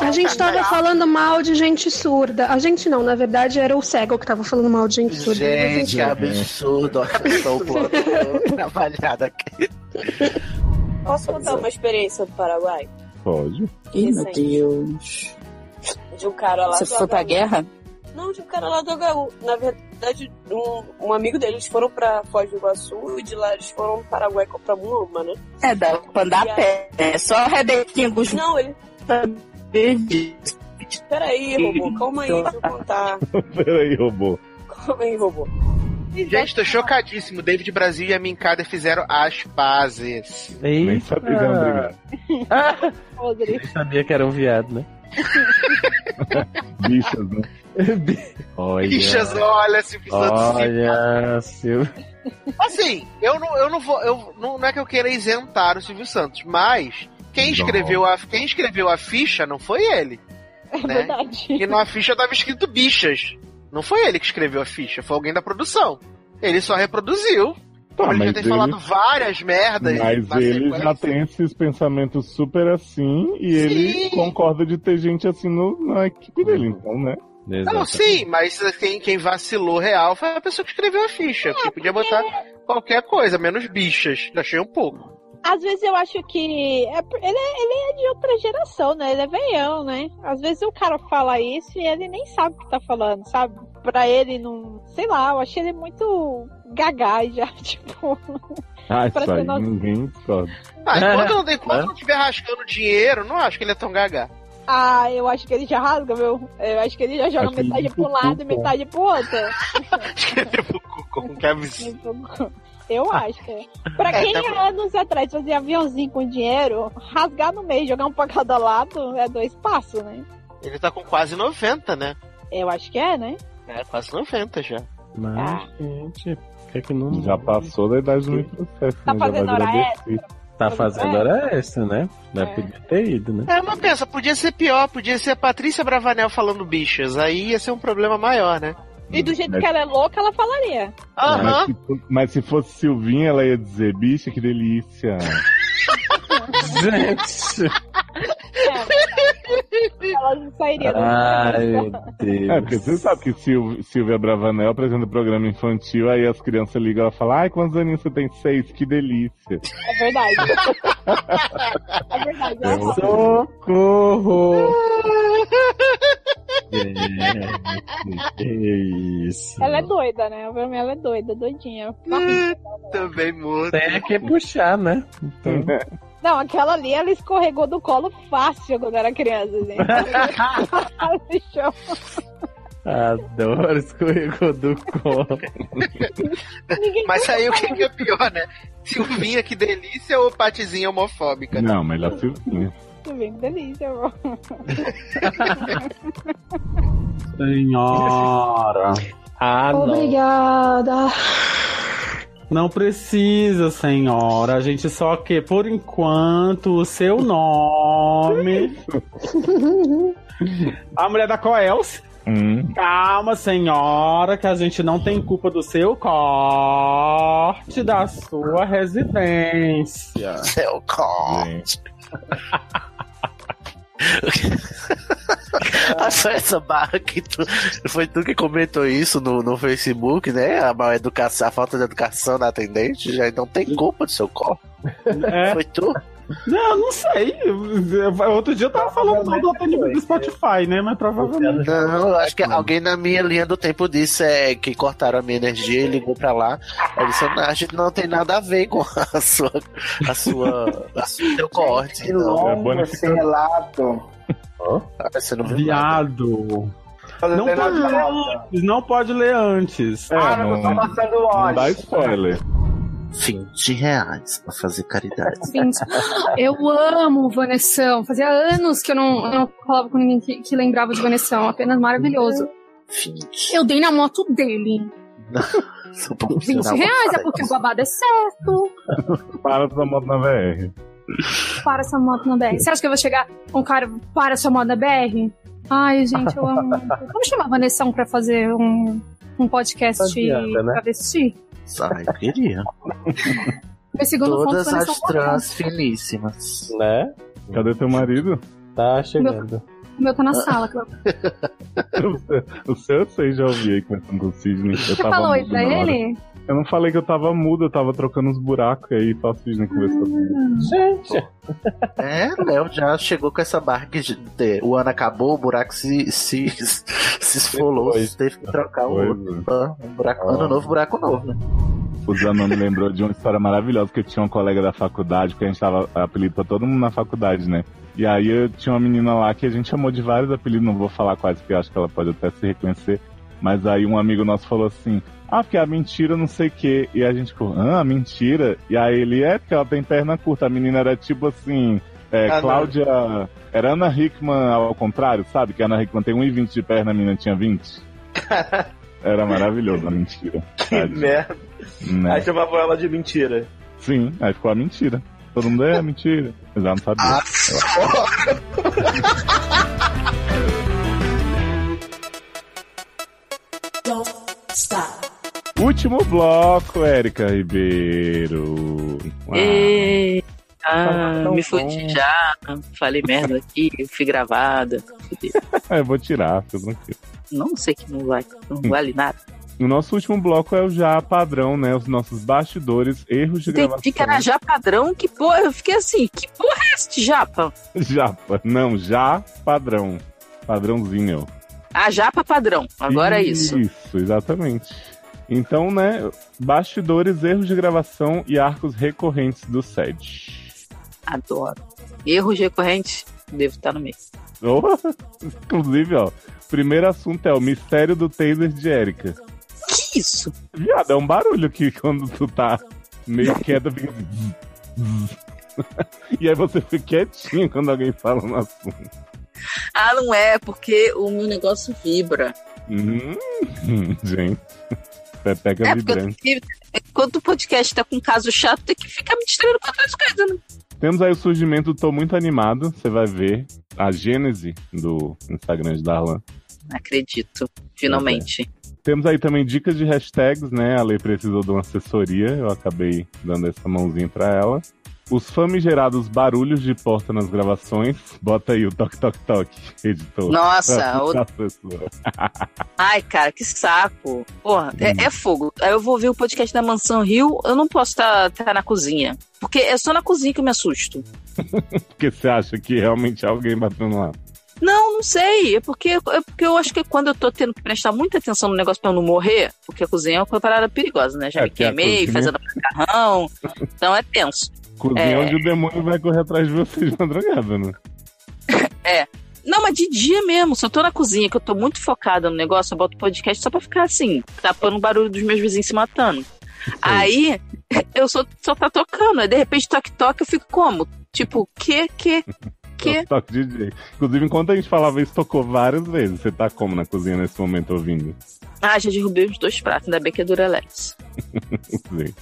Speaker 14: A gente tava falando mal de gente surda. A gente não, na verdade era o cego que tava falando mal de gente surda.
Speaker 9: né,
Speaker 7: É Gente, que absurdo. Eu sou o plano trabalhado aqui.
Speaker 15: Posso contar uma experiência do Paraguai?
Speaker 1: Pode.
Speaker 15: Ih, meu
Speaker 2: Deus.
Speaker 15: De um cara lá
Speaker 2: Você
Speaker 15: do
Speaker 2: foi pra
Speaker 15: HU.
Speaker 2: guerra?
Speaker 15: Não, de um cara lá do HU. Na verdade, um, um amigo deles foram pra Foz do Iguaçu e de lá eles foram pro Paraguai comprar muamba, né?
Speaker 2: É, dá pra andar a pé. É só a Rebequinha Guzmão.
Speaker 15: Não, ele... Peraí, robô, calma aí, deixa eu contar.
Speaker 1: Peraí, robô.
Speaker 15: Calma aí, robô.
Speaker 8: Gente, tô chocadíssimo. David Brasil e a Minkada fizeram as pazes.
Speaker 1: Nem sabia que era um brigado.
Speaker 13: Eu sabia que era um viado, né?
Speaker 1: Bichas, né?
Speaker 7: é.
Speaker 13: Olha.
Speaker 8: Bichas, olha, Silvio Santos.
Speaker 13: Olha, Silvio.
Speaker 8: Assim, eu não, eu não vou. Eu, não, não é que eu queira isentar o Silvio Santos, mas quem escreveu, a, quem escreveu a ficha não foi ele. É
Speaker 15: verdade.
Speaker 8: E na ficha tava escrito bichas. Não foi ele que escreveu a ficha, foi alguém da produção. Ele só reproduziu. Como
Speaker 1: Tá,
Speaker 8: ele já
Speaker 1: mas
Speaker 8: tem
Speaker 1: ele-
Speaker 8: falado várias merdas.
Speaker 1: Mas
Speaker 8: na
Speaker 1: ele
Speaker 8: sequência.
Speaker 1: já tem esses pensamentos super assim e ele concorda de ter gente assim no, na equipe dele, então, né?
Speaker 8: Não, sim, mas quem, quem vacilou real foi a pessoa que escreveu a ficha. que podia botar qualquer coisa, menos bichas. Achei um pouco.
Speaker 3: Às vezes eu acho que. é por- ele, é, ele é de outra geração, né? Ele é veião, né? Às vezes o cara fala isso e ele nem sabe o que tá falando, sabe? Pra ele não. Sei lá, eu achei ele muito gagai já, tipo.
Speaker 1: Ah, isso
Speaker 3: Parece
Speaker 1: aí,
Speaker 3: nosso-
Speaker 1: ninguém discorda.
Speaker 8: Ah, enquanto, não- enquanto não estiver rascando dinheiro, não acho que ele é tão gaga.
Speaker 3: Ah, eu acho que ele já rasga, meu. Eu acho que ele já joga
Speaker 8: Acho que ele
Speaker 3: metade pro lado e
Speaker 8: cutuca.
Speaker 3: metade pro outro.
Speaker 8: Com que absurdo.
Speaker 3: Eu acho. que é. Pra
Speaker 8: É,
Speaker 3: quem
Speaker 8: tá
Speaker 3: há anos atrás fazia aviãozinho com dinheiro, rasgar no meio, jogar um pra cada lado é dois passos, né?
Speaker 8: Ele tá com quase 90, né?
Speaker 3: Eu acho que é, né?
Speaker 8: É, quase 90 já.
Speaker 4: Mas, gente, que é que não.
Speaker 1: Já passou da idade do meio processo,
Speaker 3: Tá
Speaker 1: né? Já vai
Speaker 3: fazendo hora
Speaker 1: agradecer.
Speaker 4: Tá fazendo hora extra, né? Mas podia ter ido, né?
Speaker 8: É, mas pensa, podia ser pior, podia ser a Patrícia Bravanel falando bichas. Aí ia ser um problema maior, né?
Speaker 3: E do jeito
Speaker 1: Mas-
Speaker 3: que ela é louca, ela falaria.
Speaker 1: Mas, se fo- mas se fosse Silvinha, ela ia dizer, bicha, que delícia. Gente!
Speaker 3: É. Ela não sairia
Speaker 1: Ai, Deus. É, porque você sabe que Sil- Silvia Bravanel apresenta programa infantil, aí as crianças ligam ela fala, ai, quantos aninhos você tem? Seis, que delícia.
Speaker 3: É verdade. é verdade.
Speaker 1: É
Speaker 3: Ela fala.
Speaker 4: Socorro! Gente, que isso.
Speaker 3: Ela é doida, né? Obviamente Ela é doida, doidinha.
Speaker 8: Também muito.
Speaker 4: Tem que puxar, né? Então...
Speaker 3: Não, aquela ali, ela escorregou do colo fácil quando era criança, gente. Ela se chama.
Speaker 4: Adoro, escorregou do colo.
Speaker 8: Mas aí o que que é pior, né? Silvinha, que delícia, ou Patizinha homofóbica?
Speaker 1: Não, melhor Silvinha.
Speaker 3: Que bem delícia, amor.
Speaker 4: Senhora. Ah,
Speaker 14: Obrigada.
Speaker 4: Não precisa, senhora. A gente só quer, por enquanto, o seu nome. A mulher da Coelce.
Speaker 1: Hum.
Speaker 4: Calma, senhora, que a gente não tem culpa do seu corte da sua residência.
Speaker 7: Seu corte. Ah, Só essa barra que tu, foi tu que comentou isso no, no Facebook, né? A mal educação, a falta de educação da atendente, já não tem culpa do seu corpo. Foi tu?
Speaker 4: É. Não, não sei. Outro dia eu tava falando mal do atendimento do Spotify, né? Mas provavelmente.
Speaker 7: Não, eu acho que alguém na minha linha do tempo disse é, que cortaram a minha energia e ligou pra lá. Eu disse, "Não, a gente não tem nada a ver com a sua. a sua. a sua seu corte.
Speaker 11: Que
Speaker 7: então."
Speaker 11: longo esse relato.
Speaker 7: Ah, Você não viu nada.
Speaker 4: Viado.
Speaker 11: Não
Speaker 4: Não
Speaker 11: tem
Speaker 4: pode ler
Speaker 11: nada pra
Speaker 4: antes. Não pode ler antes. É,
Speaker 11: Ah, não, eu tô passando ódio.
Speaker 7: Fim de reais pra fazer caridade.
Speaker 9: Vinte. Eu amo Vanessão. Fazia anos que eu não, eu não falava com ninguém que, que lembrava de Vanessão. Apenas maravilhoso. Eu dei na moto dele.
Speaker 7: Só pra você
Speaker 9: 20
Speaker 7: dar uma então.
Speaker 9: reais, é
Speaker 7: saída.
Speaker 9: porque o babado é certo.
Speaker 1: Para essa moto na VR.
Speaker 9: Para sua moto na BR. Você acha que eu vou chegar com um cara, para sua moto na BR? Ai, gente, eu amo. Vamos chamar a Vanessa pra fazer um, um podcast
Speaker 7: Não adianta, né?
Speaker 9: travesti?
Speaker 7: Sai, eu queria.
Speaker 9: Meu segundo
Speaker 7: Todas
Speaker 9: ponto foi
Speaker 7: as
Speaker 9: nessa
Speaker 7: trans finíssimas.
Speaker 4: Né?
Speaker 1: Cadê teu marido?
Speaker 4: Tá chegando.
Speaker 9: O meu tá
Speaker 7: Ah.
Speaker 9: na sala. Cláudio.
Speaker 1: o seu eu sei, já ouvi aí conversando com o Sidney. Eu
Speaker 9: Você
Speaker 1: tava
Speaker 9: falou
Speaker 1: mudo
Speaker 9: oi pra
Speaker 1: na hora.
Speaker 9: ele?
Speaker 1: Eu não falei que eu tava mudo, eu tava trocando uns buracos e aí só o Sidney conversou comigo.
Speaker 4: Gente.
Speaker 7: É, Léo já chegou com essa barca de, de- o ano acabou, o buraco se, se, se esfolou, teve que trocar o
Speaker 1: Foi,
Speaker 7: outro. Ah, Um buraco, ano
Speaker 1: Ah.
Speaker 7: novo, buraco novo, né?
Speaker 1: O Zanon me lembrou de uma história maravilhosa que eu tinha um colega da faculdade, que a gente tava apelido pra todo mundo na faculdade, né? E aí eu tinha uma menina lá que a gente chamou de vários apelidos, não vou falar quais, porque eu acho que ela pode até se reconhecer. Mas aí um amigo nosso falou assim, ah, porque a mentira não sei o quê. E a gente ficou, ah, mentira? E aí ele, é, porque ela tem perna curta. A menina era tipo assim, é,
Speaker 8: Ah, não.
Speaker 1: Cláudia... Era Ana Hickman ao contrário, sabe? Que a Ana Hickman tem 1,20 de perna, a menina tinha 20. Era maravilhoso, a mentira.
Speaker 11: Que merda.
Speaker 1: Né?
Speaker 11: Aí chamavam ela de mentira.
Speaker 1: Sim, aí ficou a mentira. Todo mundo é mentira. Eu já não sabia.
Speaker 2: Ah.
Speaker 16: Don't stop.
Speaker 1: Último bloco, Érica Ribeiro. Uau.
Speaker 2: Ei,
Speaker 1: Tava
Speaker 2: ah,
Speaker 1: tão
Speaker 2: me fudi
Speaker 1: bom.
Speaker 2: já. Falei merda aqui, fui gravada.
Speaker 1: É, Eu vou tirar, fica tranquilo.
Speaker 2: Não sei que não vai, não vale nada.
Speaker 1: O nosso último bloco é o já padrão, né? Os nossos bastidores, erros de gravação.
Speaker 2: Entendi que era já padrão, que porra. Eu fiquei assim, que porra é essa de japa?
Speaker 1: Japa. Não, já padrão. Padrãozinho.
Speaker 2: Ah, japa padrão. Agora é isso.
Speaker 1: Isso, exatamente. Então, né? Bastidores, erros de gravação e arcos recorrentes do SED.
Speaker 2: Adoro. Erros recorrentes, devo estar no meio.
Speaker 1: Oh, inclusive, ó. Primeiro assunto é o mistério do taser de Erika.
Speaker 2: Que isso?
Speaker 1: Viado, é um barulho que quando tu tá meio quieto fica. assim, zzz, zzz. e aí você fica quietinho quando alguém fala no assunto.
Speaker 2: Ah, não é, porque o meu negócio vibra.
Speaker 1: Hum, gente. Pepeca
Speaker 2: É, porque eu tô
Speaker 1: vibrante.
Speaker 2: aqui, enquanto o podcast tá com um caso chato, tem que ficar me distraindo com outras coisas, né?
Speaker 1: Temos aí o surgimento do Tô Muito Animado. Você vai ver a gênese do Instagram de Darlan.
Speaker 2: Não acredito. Finalmente.
Speaker 1: Temos aí também dicas de hashtags, né? A Lei precisou de uma assessoria, eu acabei dando essa mãozinha pra ela. Os famigerados barulhos de porta nas gravações. Bota aí o toque, toque, toque, editor.
Speaker 2: Nossa,
Speaker 1: Pra
Speaker 2: o-
Speaker 1: assustar as pessoas.
Speaker 2: Ai, cara, que saco. Porra, é, é fogo. Aí eu vou ouvir o podcast da Mansão Rio, eu não posso estar na cozinha. Porque é só na cozinha que eu me assusto.
Speaker 1: Porque você acha que realmente é alguém batendo lá.
Speaker 2: Não, não sei. É porque, é porque eu acho que quando eu tô tendo que prestar muita atenção no negócio pra eu não morrer, porque a cozinha é uma parada perigosa, né? Já
Speaker 1: É,
Speaker 2: me
Speaker 1: que a
Speaker 2: queimei
Speaker 1: cozinha-
Speaker 2: fazendo macarrão. Então é tenso.
Speaker 1: Cozinha
Speaker 2: É.
Speaker 1: onde o demônio vai correr atrás de você de madrugada, né?
Speaker 2: É. Não, mas de dia mesmo. Se eu tô na cozinha, que eu tô muito focada no negócio, eu boto podcast só pra ficar assim, tapando o barulho dos meus vizinhos se matando.
Speaker 1: É
Speaker 2: Aí, eu só, só tá tocando. Aí, de repente, toque-toque, eu fico como? Tipo, que, que, que?
Speaker 1: O Toque DJ. Inclusive, enquanto a gente falava isso, tocou várias vezes. Você tá como na cozinha nesse momento ouvindo?
Speaker 2: Ah, já derrubei os dois pratos, ainda bem que é Duralex.
Speaker 1: Gente.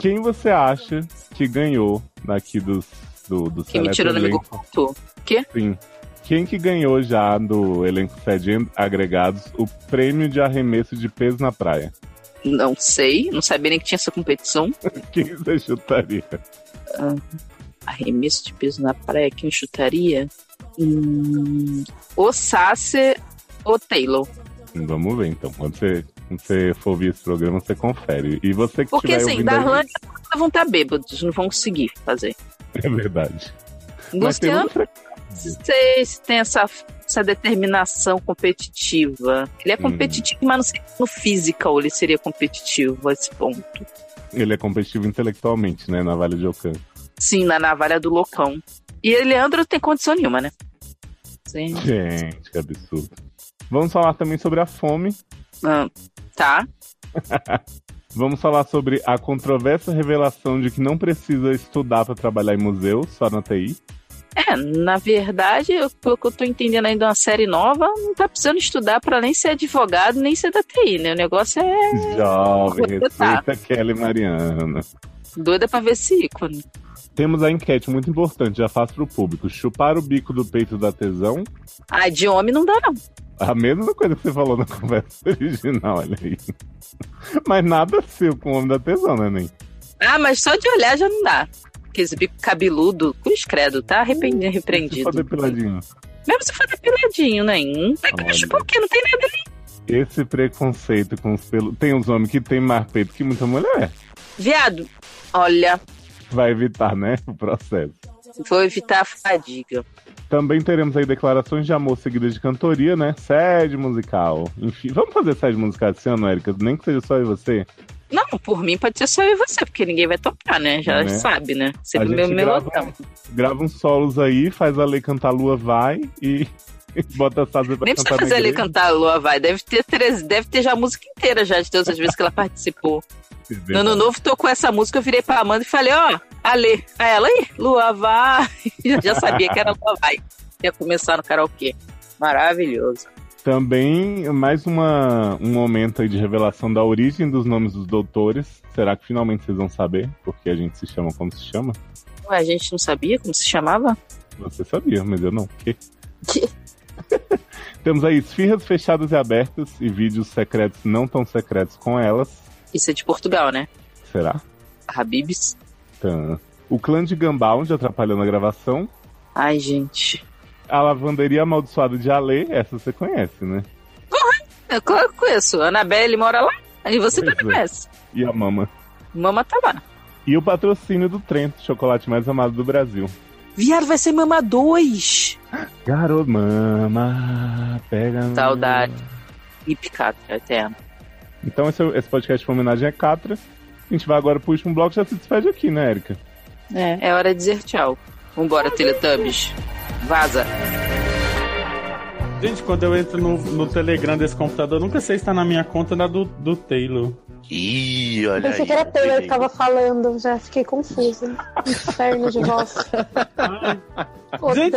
Speaker 1: Quem você acha que ganhou daqui dos, do, do
Speaker 2: Quem me
Speaker 1: seleto
Speaker 2: tirou no amigo
Speaker 1: elenco?
Speaker 2: culto. Quê?
Speaker 1: Sim. Quem que ganhou já do elenco sede agregados o prêmio de arremesso de peso na praia?
Speaker 2: Não sei, não sabia nem que tinha essa competição.
Speaker 1: Quem você chutaria?
Speaker 2: Ah, arremesso de peso na praia, quem chutaria? Hum, ou Sasser ou Taylor.
Speaker 1: Vamos ver então. Quando você, quando você for ouvir esse programa, você confere. E você que
Speaker 2: Porque
Speaker 1: tiver
Speaker 2: assim,
Speaker 1: ouvindo
Speaker 2: Darlan
Speaker 1: aí-
Speaker 2: e Amanda vão estar bêbados, não vão conseguir fazer.
Speaker 1: É verdade. Mas tem
Speaker 2: Luciano,
Speaker 1: outra-
Speaker 2: não sei se tem essa, essa determinação competitiva. Ele é
Speaker 1: Hum.
Speaker 2: competitivo, mas não sei se no physical ele seria competitivo a esse ponto.
Speaker 1: Ele é competitivo intelectualmente, né? Na Vale de Ocan.
Speaker 2: Sim, na navalha do Locão. E ele, Leandro não tem condição nenhuma, né? Sim.
Speaker 1: Gente, que absurdo. Vamos falar também sobre a fome.
Speaker 2: Ah, tá.
Speaker 1: Vamos falar sobre a controversa revelação de que não precisa estudar para trabalhar em museu, só na TI.
Speaker 2: É, na verdade, eu- pelo que eu tô entendendo ainda é uma série nova, não tá precisando estudar pra nem ser advogado, nem ser da TI, né? O negócio é.
Speaker 1: Jovem,
Speaker 2: Você tá.
Speaker 1: receita Kelly Mariana.
Speaker 2: Doida é pra ver esse ícone.
Speaker 1: Temos a enquete muito importante, já faço pro público. Chupar o bico do peito da tesão.
Speaker 2: Ah, de homem não dá, não.
Speaker 1: A mesma coisa que você falou na conversa original, olha aí. Mas nada seu com o homem da tesão, né, nem?
Speaker 2: Ah, mas só de olhar já não dá. Aqueles bico cabeludo, com credo, tá arrependido, repreendido.
Speaker 1: Só Hum, depiladinho.
Speaker 2: Mesmo se for depiladinho, né? Hum, Tá que
Speaker 1: Olha.
Speaker 2: chupar o quê? Não tem nada ali.
Speaker 1: Esse preconceito com os pelos. Tem uns homens que tem mais peito que muita mulher.
Speaker 2: Viado, olha,
Speaker 1: Vai evitar, né? O processo.
Speaker 2: vou evitar a fadiga.
Speaker 1: Também teremos aí declarações de amor seguidas de cantoria, né? Sede musical. Enfim, vamos fazer sede musical esse ano, Érica? Nem que seja só eu e você.
Speaker 2: Não, por mim pode ser só eu e você, porque ninguém vai tocar, né? Já
Speaker 1: Né?
Speaker 2: sabe, né?
Speaker 1: A
Speaker 2: Sendo
Speaker 1: gente
Speaker 2: meu
Speaker 1: grava-
Speaker 2: melodão.
Speaker 1: Grava uns solos aí, faz a Lei cantar Lua Vai e bota a Sazer pra
Speaker 2: Nem
Speaker 1: cantar
Speaker 2: precisa
Speaker 1: na
Speaker 2: fazer ele
Speaker 1: igreja.
Speaker 2: cantar a lua, vai. Deve ter, treze- deve ter já a música inteira já de todas as vezes que ela participou. No ano novo tocou essa música, eu virei pra Amanda e falei, ó, Ale, a ela aí, Lua vai. Eu já sabia que era Lua vai. Ia começar no karaokê. Maravilhoso.
Speaker 1: Também mais uma, um momento aí de revelação da origem dos nomes dos doutores. Será que finalmente vocês vão saber? Porque a gente se chama como se chama?
Speaker 2: Ué, a gente não sabia como se chamava?
Speaker 1: Você sabia, mas eu não. Que? Temos aí esfirras fechadas e abertas e vídeos secretos não tão secretos com elas.
Speaker 2: Isso é de Portugal, né?
Speaker 1: Será?
Speaker 2: Habibs.
Speaker 1: Tá. O clã de Gambá, onde atrapalhando a gravação.
Speaker 2: Ai, gente.
Speaker 1: A lavanderia amaldiçoada de Alê, essa você conhece, né?
Speaker 2: Eu claro que conheço. A Anabelle mora lá. E você
Speaker 1: Pois
Speaker 2: também
Speaker 1: é.
Speaker 2: conhece.
Speaker 1: E a mama.
Speaker 2: Mama tá lá.
Speaker 1: E o patrocínio do Trento, chocolate mais amado do Brasil.
Speaker 2: Viado, vai ser Mama 2.
Speaker 1: Hum. Garoto, mama, pega.
Speaker 2: Saudade. E picado, é eterno.
Speaker 1: Então esse, esse podcast foi uma homenagem a Catra. A gente vai agora pro último bloco e já se despede aqui, né, Erika?
Speaker 2: É, é hora de dizer tchau. Vambora, Teletubbies. Vaza.
Speaker 4: Gente, quando eu entro no, no Telegram desse computador, eu nunca sei se tá na minha conta ou na do, do Taylor.
Speaker 7: Ih,
Speaker 6: Eu sei que era Taylor que tava falando, já fiquei confusa. Inferno de vós.
Speaker 4: Gente,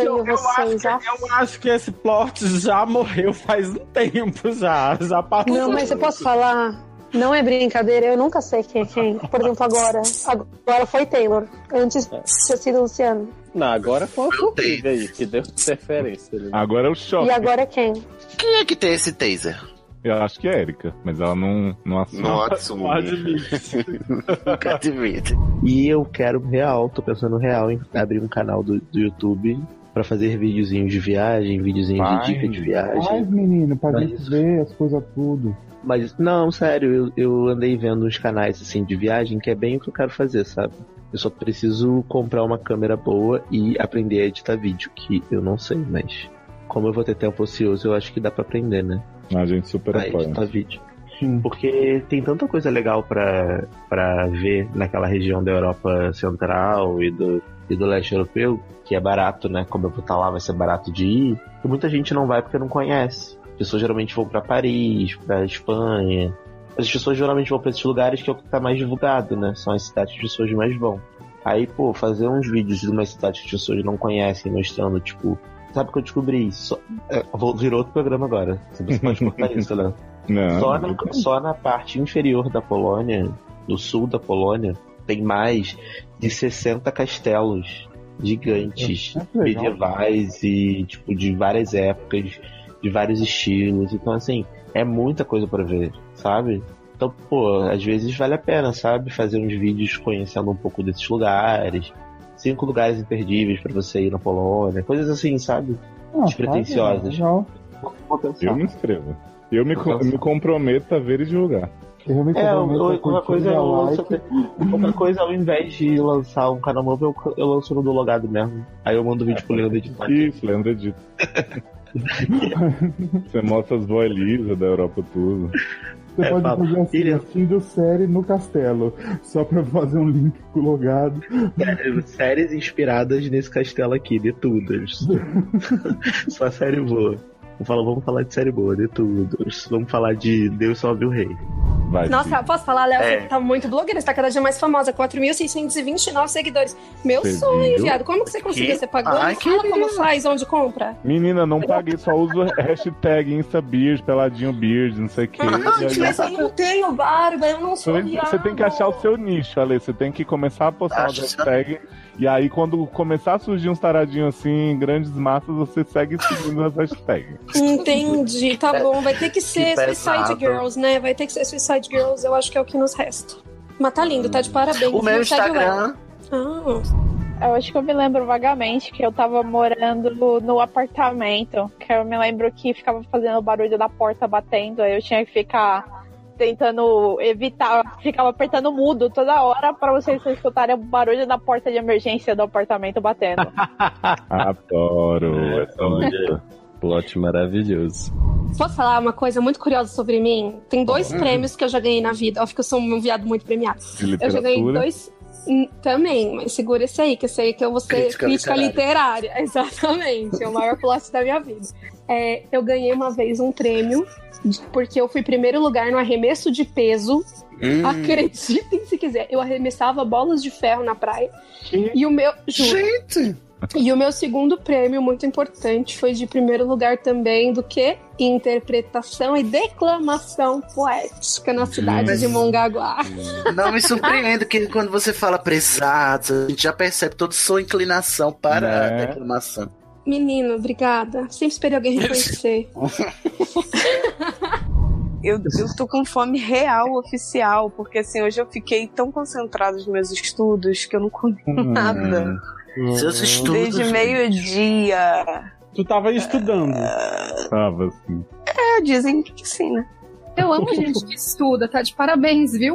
Speaker 6: Odeio
Speaker 4: eu, eu acho
Speaker 6: vocês.
Speaker 4: que, eu acho que esse plot já morreu faz um tempo já. Já passou.
Speaker 6: Não, mas eu posso falar? Não é brincadeira, eu nunca sei quem é quem. Por exemplo, agora. Agora foi Taylor. Antes tinha sido Luciano.
Speaker 17: Não, agora foi o Covid aí, que deu interferência. né? ali.
Speaker 1: Agora é o choque.
Speaker 6: E agora é quem?
Speaker 7: Quem é que tem esse taser?
Speaker 1: Eu acho que é a Erika, mas ela não, não assume.
Speaker 7: Não assume. Não admite. Nunca admite.
Speaker 10: E eu quero real, tô pensando real em abrir um canal do, do YouTube pra fazer videozinhos de viagem, videozinhos
Speaker 18: Vai.
Speaker 10: de dica de viagem.
Speaker 18: Mas, menino, pra
Speaker 10: Mas
Speaker 18: gente ver as coisas tudo.
Speaker 10: Mas, não, sério, eu, eu andei vendo uns canais assim de viagem que é bem o que eu quero fazer, sabe? Eu só preciso comprar uma câmera boa e aprender a editar vídeo, que eu não sei, mas como eu vou ter tempo ocioso, eu acho que dá pra aprender, né?
Speaker 1: A gente super
Speaker 10: a
Speaker 1: apoia.
Speaker 10: editar vídeo. Porque tem tanta coisa legal pra pra ver naquela região da Europa Central e do, e do leste europeu, que é barato, né? Como eu vou estar lá, vai ser barato de ir. E muita gente não vai porque não conhece. Pessoas geralmente vão pra Paris, pra Espanha. As pessoas geralmente vão pra esses lugares que é o que tá mais divulgado, né? São as cidades que as pessoas mais vão. Aí, pô, fazer uns vídeos de uma cidade que as pessoas não conhem, mostrando, tipo, sabe o que eu descobri isso? É, vou- Virou outro programa agora. Você pode cortar isso, né?
Speaker 1: Não,
Speaker 10: só, na, só na parte inferior da Polônia, no sul da Polônia, tem mais de 60 castelos gigantes,
Speaker 18: É, que legal.
Speaker 10: medievais e tipo de várias épocas, de vários estilos. Então assim, é muita coisa pra ver, sabe? Então, pô, às vezes vale a pena, sabe, fazer uns vídeos conhecendo um pouco desses lugares. Cinco lugares imperdíveis pra você ir na Polônia, coisas assim, sabe?
Speaker 18: Ah,
Speaker 10: Despretensiosas.
Speaker 18: legal.
Speaker 1: Eu me inscrevo. Eu me, co- me comprometo a ver e divulgar.
Speaker 18: Eu me
Speaker 10: É,
Speaker 18: comprometo
Speaker 10: eu-
Speaker 18: a
Speaker 10: eu- uma
Speaker 18: curtir,
Speaker 10: coisa
Speaker 18: dar
Speaker 10: eu
Speaker 18: like.
Speaker 10: lanço. Uma coisa, ao invés de lançar um canal novo, eu, eu lanço no do logado mesmo. Aí eu mando vídeo pro Leandro editar.
Speaker 1: Isso, Leandro edita. Você mostra as boas lisas da Europa tudo.
Speaker 18: Você
Speaker 1: É,
Speaker 18: pode
Speaker 1: fala.
Speaker 18: fazer assim, assistindo série no castelo. Só pra fazer um link com o logado.
Speaker 10: É, Séries inspiradas nesse castelo aqui, de tudo. Só série boa. Eu falo, vamos falar de série boa, de tudo. Vamos falar de Deus salve o rei.
Speaker 1: Vai,
Speaker 9: Nossa,
Speaker 1: Cid.
Speaker 9: posso falar, Léo?
Speaker 1: É.
Speaker 9: Você tá muito blogueira, você tá cada dia mais famosa. 4.629 seguidores. Meu
Speaker 1: Você
Speaker 9: sonho,
Speaker 1: viu?
Speaker 9: viado. Como que você conseguiu?
Speaker 1: Que?
Speaker 9: Você pagou?
Speaker 1: Ai,
Speaker 9: Me
Speaker 1: que
Speaker 9: Fala como faz, onde compra.
Speaker 1: Menina, não paguei, só uso hashtag InstaBeard, peladinho beard, não sei o
Speaker 10: Ah,
Speaker 1: quê. E aí-
Speaker 9: Gente, mas eu não tenho barba, eu não sou
Speaker 1: Você, você
Speaker 9: viado.
Speaker 1: tem que achar o seu nicho, Ale. Você tem que começar a postar uma
Speaker 9: Acho
Speaker 1: hashtag. E aí, quando começar a surgir uns taradinhos assim, em grandes massas, você segue seguindo as hashtags.
Speaker 9: Entendi, tá
Speaker 1: Que
Speaker 9: bom. Vai ter que ser
Speaker 1: pesado.
Speaker 9: Suicide Girls, né? Vai ter que ser Suicide Girls, eu acho que é o que nos resta. Mas tá lindo, tá de parabéns.
Speaker 19: O meu
Speaker 9: Não segue o
Speaker 19: Instagram-
Speaker 9: Léo.
Speaker 19: Eu acho que eu me lembro vagamente que eu tava morando no, no apartamento, que eu me lembro que ficava fazendo o barulho da porta batendo, aí eu tinha que ficar tentando evitar, ficava apertando mudo toda hora pra vocês escutarem o barulho da porta de emergência do apartamento batendo.
Speaker 1: Adoro é
Speaker 2: essa mulher. É, Plot maravilhoso.
Speaker 9: Ah, posso falar uma coisa muito curiosa sobre mim? Tem dois
Speaker 2: Hum.
Speaker 9: prêmios que eu já ganhei na vida. Óbvio que eu sou um viado muito premiado.
Speaker 2: De
Speaker 9: Eu já ganhei
Speaker 2: literatura.
Speaker 9: dois. hum, Também, mas segura esse aí, que eu sei que eu vou ser
Speaker 2: Crítica
Speaker 9: crítica,
Speaker 2: literária.
Speaker 9: literária. Exatamente, é o maior plot da minha vida. É, eu ganhei uma vez um prêmio, de- porque eu fui primeiro lugar no arremesso de peso.
Speaker 2: Hum.
Speaker 9: Acreditem se quiser, eu arremessava bolas de ferro na praia. E o meu. Gente! E o meu segundo prêmio, muito importante, foi de primeiro lugar também do que interpretação e declamação poética na cidade
Speaker 7: Mas-
Speaker 9: de Mongaguá.
Speaker 7: Não me surpreendo que quando você fala prezados, a gente já percebe toda sua inclinação para
Speaker 1: Né?
Speaker 7: a declamação.
Speaker 9: Menino, obrigada. Sempre esperei alguém reconhecer.
Speaker 3: Eu, eu tô com fome real, oficial, porque assim, hoje eu fiquei tão concentrada nos meus estudos que eu não comi nada.
Speaker 1: Hum.
Speaker 2: Hum.
Speaker 1: Seus estudos,
Speaker 3: Desde
Speaker 1: gente.
Speaker 3: meio-dia.
Speaker 4: Tu tava estudando.
Speaker 1: Tava assim.
Speaker 3: É, dizem que sim, né?
Speaker 9: Eu amo gente que estuda, tá de parabéns, viu?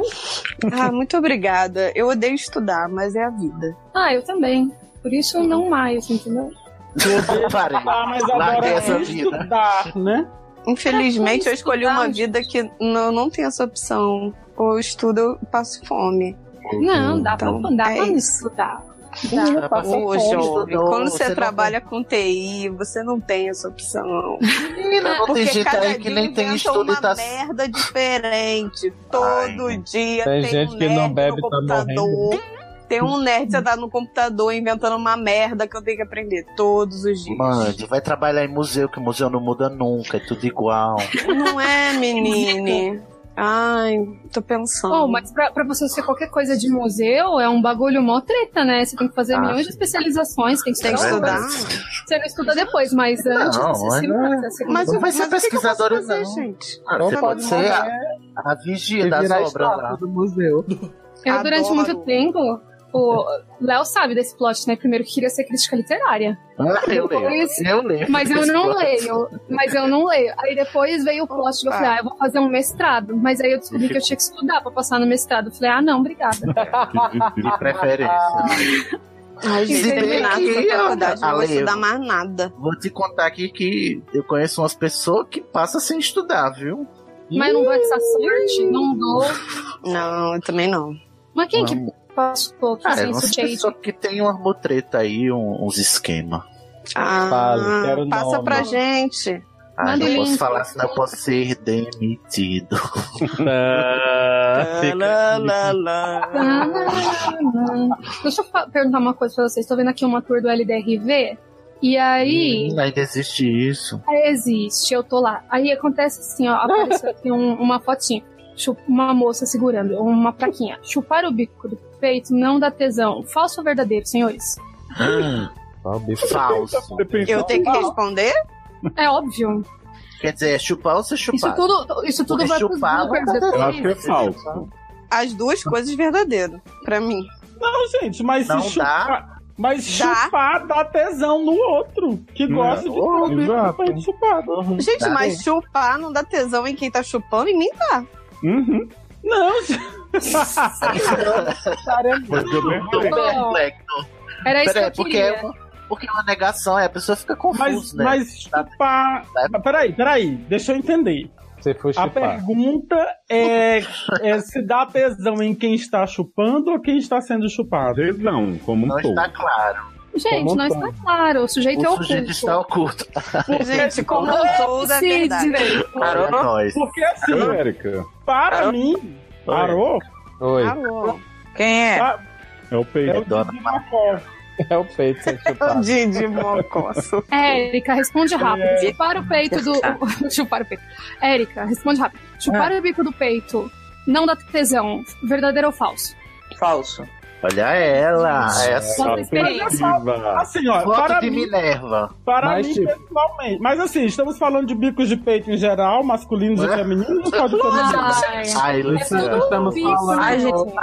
Speaker 3: Ah, muito obrigada. Eu odeio estudar, mas é a vida.
Speaker 9: Ah, eu também. Por isso não mais, entendeu?
Speaker 7: Parei.
Speaker 3: mas
Speaker 7: Larguei essa vida.
Speaker 4: é estudar, né?
Speaker 3: Infelizmente,
Speaker 7: Pra
Speaker 3: eu escolhi uma vida que não, não tem essa opção. Ou eu estudo, ou eu passo fome.
Speaker 7: Uhum.
Speaker 3: Então, é
Speaker 9: Não, dá pra- dá pra
Speaker 3: estudar.
Speaker 9: Dá pra passar
Speaker 3: Ô,
Speaker 9: fome.
Speaker 3: jovem,
Speaker 9: Estudou,
Speaker 3: quando
Speaker 9: você
Speaker 3: você
Speaker 9: não
Speaker 3: trabalha com TI, você não tem essa opção.
Speaker 7: Menina, não tem
Speaker 3: Porque
Speaker 7: gente
Speaker 3: cada
Speaker 7: aí que
Speaker 3: dia
Speaker 7: nem tem
Speaker 3: inventa
Speaker 7: estudo e
Speaker 3: uma
Speaker 7: tá-
Speaker 3: merda diferente. Todo dia
Speaker 2: Tem
Speaker 3: tem,
Speaker 2: gente
Speaker 3: um
Speaker 2: que
Speaker 3: nerd
Speaker 2: não bebe,
Speaker 3: no
Speaker 2: tá
Speaker 3: computador. Tem um nerd sentado no computador inventando uma merda que eu tenho que aprender todos os dias.
Speaker 7: Mande, vai trabalhar em museu, que museu não muda nunca, é tudo igual.
Speaker 3: Não é, menine? Ai, tô pensando.
Speaker 9: Oh, mas pra, pra você ser qualquer coisa de museu, é um bagulho mó treta, né? Você tem que fazer
Speaker 7: Ah,
Speaker 9: milhões
Speaker 7: sim.
Speaker 9: de especializações, tem que,
Speaker 7: Tem que
Speaker 9: outras. Você não estuda depois, mas antes
Speaker 7: Não,
Speaker 9: você se
Speaker 7: olha.
Speaker 9: mata. Você
Speaker 7: Mas
Speaker 9: não
Speaker 7: não vai ser pesquisadora, não. Ah, você
Speaker 9: Não
Speaker 7: pode
Speaker 9: pode
Speaker 7: ser a,
Speaker 9: morrer.
Speaker 7: a vigia
Speaker 8: E
Speaker 7: das
Speaker 8: virar
Speaker 7: obras
Speaker 8: estátua
Speaker 7: lá.
Speaker 8: do museu.
Speaker 9: Eu, durante muito tempo, o Léo sabe desse plot, né? Primeiro que queria ser crítica literária.
Speaker 7: Ah, eu
Speaker 9: Depois-
Speaker 7: leio, eu leio
Speaker 9: Mas eu
Speaker 7: esse
Speaker 9: não
Speaker 7: plot.
Speaker 9: leio. Mas eu não leio. Aí depois veio o plot que eu falei, ah, eu vou fazer um mestrado. Mas aí eu descobri que eu tinha que estudar pra passar no mestrado. Eu falei, ah, não, obrigada.
Speaker 7: De preferência.
Speaker 3: Ai, gente,
Speaker 7: Se bem
Speaker 3: terminar
Speaker 7: que
Speaker 3: essa
Speaker 7: eu-
Speaker 3: faculdade, não vou
Speaker 7: Ale, eu-
Speaker 3: estudar mais nada.
Speaker 7: Vou te contar aqui que eu conheço umas pessoas que passam sem estudar, viu?
Speaker 9: Mas eu não gosto dessa sorte, não dou.
Speaker 3: Não, eu também não.
Speaker 9: Mas quem é
Speaker 7: Vamos.
Speaker 9: que passou que
Speaker 7: Ah, é
Speaker 9: sem
Speaker 7: umas
Speaker 9: sujeito?
Speaker 7: pessoas que tem uma mutreta aí, um- uns esquema.
Speaker 3: Ah,
Speaker 7: Fala, quero
Speaker 3: passa
Speaker 7: nome.
Speaker 3: pra gente.
Speaker 7: Ah,
Speaker 3: Manda
Speaker 7: não
Speaker 3: o
Speaker 7: posso
Speaker 3: link.
Speaker 7: falar, senão eu posso ser demitido. Ah,
Speaker 3: Lá, lá, lá, lá.
Speaker 9: Ah, Deixa eu fa- perguntar uma coisa pra vocês. Estou vendo aqui uma tour do LDRV. E aí.
Speaker 7: Hum, Ainda existe isso.
Speaker 9: aí Existe, eu tô lá. Aí acontece assim, ó, apareceu aqui um- uma fotinha. Chu- Uma moça segurando uma plaquinha. Chupar o bico do peito não dá tesão. Falso ou verdadeiro, senhores?
Speaker 7: Ah, Falso.
Speaker 3: Eu tenho que responder?
Speaker 9: É óbvio.
Speaker 7: Quer dizer, é chupar ou ser chupado?
Speaker 9: Isso tudo, isso tudo
Speaker 7: Porque
Speaker 9: vai pros
Speaker 7: chupar vai
Speaker 9: bloopers
Speaker 7: dar-
Speaker 9: depois.
Speaker 7: Eu acho que é falso.
Speaker 3: As duas coisas verdadeiras, pra mim.
Speaker 4: Não, gente, mas
Speaker 3: Não
Speaker 4: se
Speaker 3: dá.
Speaker 4: chupar. Mas
Speaker 3: Dá.
Speaker 4: chupar dá tesão no outro. Que
Speaker 1: Não.
Speaker 4: gosta de
Speaker 1: Oh,
Speaker 4: comer,
Speaker 1: exato.
Speaker 4: foi chupado.
Speaker 3: Gente, mas chupar não dá tesão em quem tá chupando, em mim tá.
Speaker 1: Uhum.
Speaker 4: Não,
Speaker 9: Era isso que eu
Speaker 7: porque,
Speaker 9: queria.
Speaker 7: é uma, porque é uma negação, é, a pessoa fica confusa,
Speaker 4: Mas,
Speaker 7: né?
Speaker 4: mas chupar. Ah, Peraí, peraí, deixa eu entender.
Speaker 2: Você foi
Speaker 4: A
Speaker 2: chupar.
Speaker 4: pergunta é, é se dá tesão em quem está chupando ou quem está sendo chupado.
Speaker 1: Tesão, como
Speaker 4: tá
Speaker 7: Não está claro.
Speaker 9: Gente, não está claro. O sujeito é
Speaker 7: o
Speaker 9: oculto. é
Speaker 7: sujeito está oculto.
Speaker 9: Gente, como eu sou da verdade.
Speaker 7: Caramba. É nóis.
Speaker 4: Porque assim,
Speaker 7: Alô,
Speaker 4: Érica. para mim, parou?
Speaker 20: Oi.
Speaker 3: Quem é?
Speaker 1: É o peito.
Speaker 20: É o Didi
Speaker 4: Mocó.
Speaker 20: É o peito sem chupar.
Speaker 3: Didi Mocó.
Speaker 9: É, Érica, responde rápido.
Speaker 20: É.
Speaker 9: Chupar o peito
Speaker 4: Tá.
Speaker 9: do. Chupar o peito. Érica, responde rápido. Chupar
Speaker 4: Ah.
Speaker 9: o bico do peito não dá tesão. Verdadeiro ou falso?
Speaker 3: Falso.
Speaker 7: Olha ela, é
Speaker 9: Gente,
Speaker 7: essa
Speaker 9: quanta experiência.
Speaker 7: diva.
Speaker 4: Assim, ó,
Speaker 7: Foto
Speaker 4: para
Speaker 7: de
Speaker 4: mim-
Speaker 7: Minerva.
Speaker 4: Para
Speaker 7: Mas,
Speaker 4: mim,
Speaker 7: tipo-
Speaker 4: pessoalmente. Mas assim, estamos falando de bicos de peito em geral, masculinos e femininos, pode todo mundo.
Speaker 7: Ai, Luciana, estamos
Speaker 3: né?
Speaker 7: falando.
Speaker 3: Ai, gente,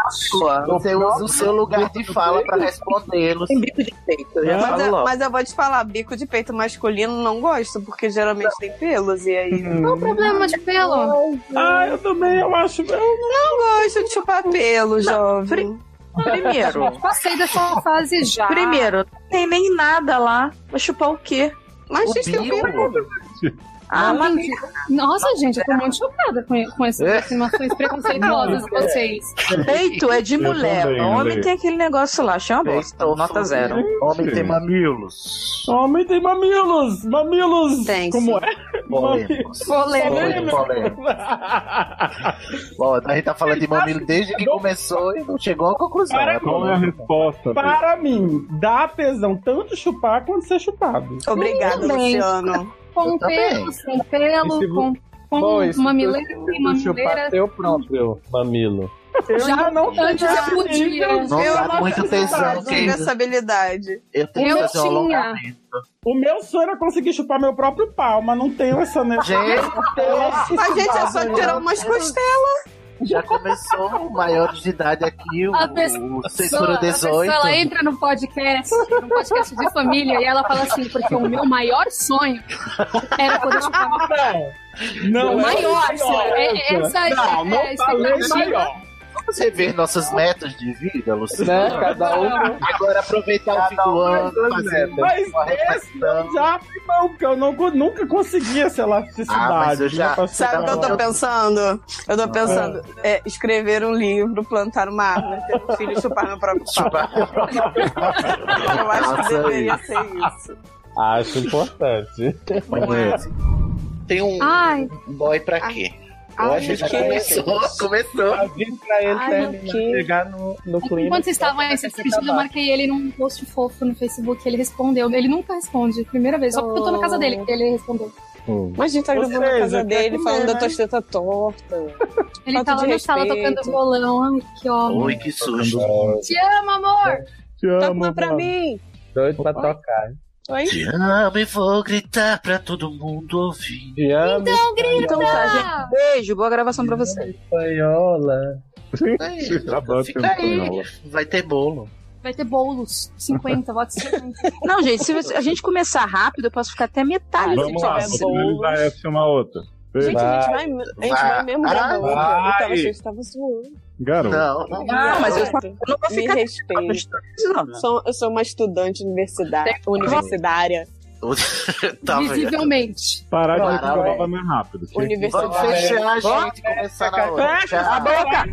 Speaker 7: Você usa o seu lugar de fala pra respondê-los.
Speaker 3: Tem bico de peito.
Speaker 7: Eu já
Speaker 3: Mas,
Speaker 7: falo
Speaker 3: eu-
Speaker 7: logo.
Speaker 3: mas eu vou te falar, bico de peito masculino não gosto, porque geralmente tem pelos, e aí.
Speaker 9: Qual o problema de pelo?
Speaker 4: Ah, eu também, eu acho. Eu não...
Speaker 3: gosto de chupar pelo, jovem. Primeiro.
Speaker 9: Passei dessa fase já.
Speaker 2: Primeiro, não tem nem nada lá. Vai chupar o quê?
Speaker 3: Mas vocês têm
Speaker 9: Ah, mas... Nossa, gente,
Speaker 4: é.
Speaker 9: eu tô muito chocada com, com essas afirmações preconceituosas de
Speaker 4: é.
Speaker 9: vocês.
Speaker 2: Peito é de
Speaker 9: Eu
Speaker 2: mulher.
Speaker 9: também,
Speaker 2: homem
Speaker 4: né?
Speaker 9: Andrei.
Speaker 2: tem aquele negócio lá, chama bosta. Nota zero.
Speaker 7: Homem tem mamilos.
Speaker 4: Homem tem mamilos! Mamilos! como é?
Speaker 7: Polêmicos.
Speaker 4: Polêmicos.
Speaker 7: Polêmicos. Bom, a gente tá falando de mamilo desde que começou e não chegou a conclusão.
Speaker 4: Então, Para com-
Speaker 1: Qual é a resposta?
Speaker 4: Para mim, dá tesão tanto chupar quanto ser chupado.
Speaker 3: Obrigada,
Speaker 9: Tudo bem. Com
Speaker 4: Eu
Speaker 9: pelo,
Speaker 4: também.
Speaker 9: sem pelo,
Speaker 4: E se vo-
Speaker 9: com, com
Speaker 4: Bom, e se
Speaker 9: mamileiro,
Speaker 4: tu-
Speaker 9: sem
Speaker 4: se tu chupar
Speaker 9: mamileira.
Speaker 4: teu
Speaker 21: Próprio mamilo.
Speaker 4: Eu
Speaker 9: Já
Speaker 4: ainda não tá
Speaker 9: antes
Speaker 4: cheguei
Speaker 9: eu
Speaker 4: nesse
Speaker 9: podia.
Speaker 4: nível.
Speaker 7: Não dá muito tesão,
Speaker 4: querida.
Speaker 3: Inversabilidade.
Speaker 7: Eu
Speaker 4: tenho que Eu fazer um tinha. alongamento. O meu sonho era conseguir chupar meu próprio pau, mas não tenho essa necessidade.
Speaker 3: A gente é só tirar umas costelas.
Speaker 7: Já começou, maiores de idade aqui, o,
Speaker 9: A pessoa,
Speaker 7: o
Speaker 9: a
Speaker 7: Censura
Speaker 9: pessoa,
Speaker 7: 18.
Speaker 9: ela entra no podcast, num podcast de família, e ela fala assim, porque o meu maior sonho era poder chupar meu pau.
Speaker 4: Não,
Speaker 9: O
Speaker 7: é
Speaker 9: maior,
Speaker 7: maior.
Speaker 9: Sra. É- é essa
Speaker 7: Não, não
Speaker 9: é, a
Speaker 7: falei
Speaker 9: expectativa.
Speaker 7: maior. Você vê nossas metas de vida, Luciana.
Speaker 20: Né? Cada um-
Speaker 7: Agora aproveitar
Speaker 4: Ah,
Speaker 7: o fim do ano, fazer
Speaker 4: Mas
Speaker 7: uma
Speaker 4: esse eu já abri mão, porque eu não, co- nunca consegui essa elasticidade.
Speaker 7: Ah, mas eu já-
Speaker 4: né, pra
Speaker 3: Sabe o que eu tô
Speaker 4: chupar.
Speaker 3: pensando? Eu tô pensando, é, escrever um livro, plantar uma árvore, ter um filho e chupar meu próprio pau. Eu acho que
Speaker 21: Nossa,
Speaker 3: deveria
Speaker 21: isso.
Speaker 3: ser é. isso.
Speaker 21: Acho importante.
Speaker 20: É.
Speaker 7: Tem um
Speaker 9: Ai,
Speaker 7: boy pra quê?
Speaker 3: Ah,
Speaker 7: Eu
Speaker 9: Ai,
Speaker 7: acho que já
Speaker 9: que-
Speaker 7: começou, começou.
Speaker 4: Tá pra ele
Speaker 9: Ai, terminar, meu que-
Speaker 4: chegar no,
Speaker 3: É
Speaker 4: no
Speaker 9: Enquanto vocês estavam aí se despedindo, eu marquei ele num post fofo no Facebook, ele respondeu. Ele nunca responde, primeira vez. Só porque eu tô na casa dele, ele respondeu.
Speaker 3: Mas a gente tá
Speaker 9: Ou
Speaker 3: gravando na
Speaker 9: seja,
Speaker 3: casa
Speaker 9: quer
Speaker 3: dele,
Speaker 9: comer,
Speaker 3: falando da
Speaker 9: né?
Speaker 3: tosteta torta.
Speaker 9: Ele
Speaker 3: Falta
Speaker 9: tá lá
Speaker 3: de
Speaker 9: na sala
Speaker 3: respeito.
Speaker 9: tocando violão. Ai, que óbvio.
Speaker 7: Oi, que susto.
Speaker 9: Te amo, amor!
Speaker 1: Te
Speaker 3: Toca uma pra mim.
Speaker 20: Doido pra tocar.
Speaker 3: Oi?
Speaker 7: Te amo e vou gritar pra todo mundo ouvir.
Speaker 20: Te amo,
Speaker 2: Então tá, gente. Beijo, boa gravação pra vocês.
Speaker 20: espanhola. Tá
Speaker 1: Já bota
Speaker 7: Fica
Speaker 1: um
Speaker 7: aí.
Speaker 1: espanhol.
Speaker 7: Vai ter bolo.
Speaker 9: Vai ter bolos. 50, votos 50.
Speaker 2: Não, gente, se você- a gente começar rápido, eu posso ficar até
Speaker 3: Ah,
Speaker 2: metade.
Speaker 1: Vamos
Speaker 2: se
Speaker 1: lá,
Speaker 2: tiver
Speaker 1: vou
Speaker 2: bom.
Speaker 1: finalizar essa e chamar outra.
Speaker 3: Gente, a gente vai, a gente vai, mesmo gravar o
Speaker 1: Vai.
Speaker 3: Eu tava, vocês estavam zoando.
Speaker 1: Garoto.
Speaker 3: Ah,
Speaker 2: Não, mas eu não vou
Speaker 3: Me
Speaker 2: ficar-
Speaker 3: respeita. Sou, eu sou uma estudante universidade, universitária.
Speaker 7: Tá,
Speaker 9: Visivelmente.
Speaker 1: Parar de
Speaker 3: Claro,
Speaker 1: reclamar
Speaker 3: é.
Speaker 1: vai mais rápido.
Speaker 7: Vamos fechar, gente. Começar na hora.
Speaker 1: Fecha
Speaker 7: Tchau.
Speaker 1: a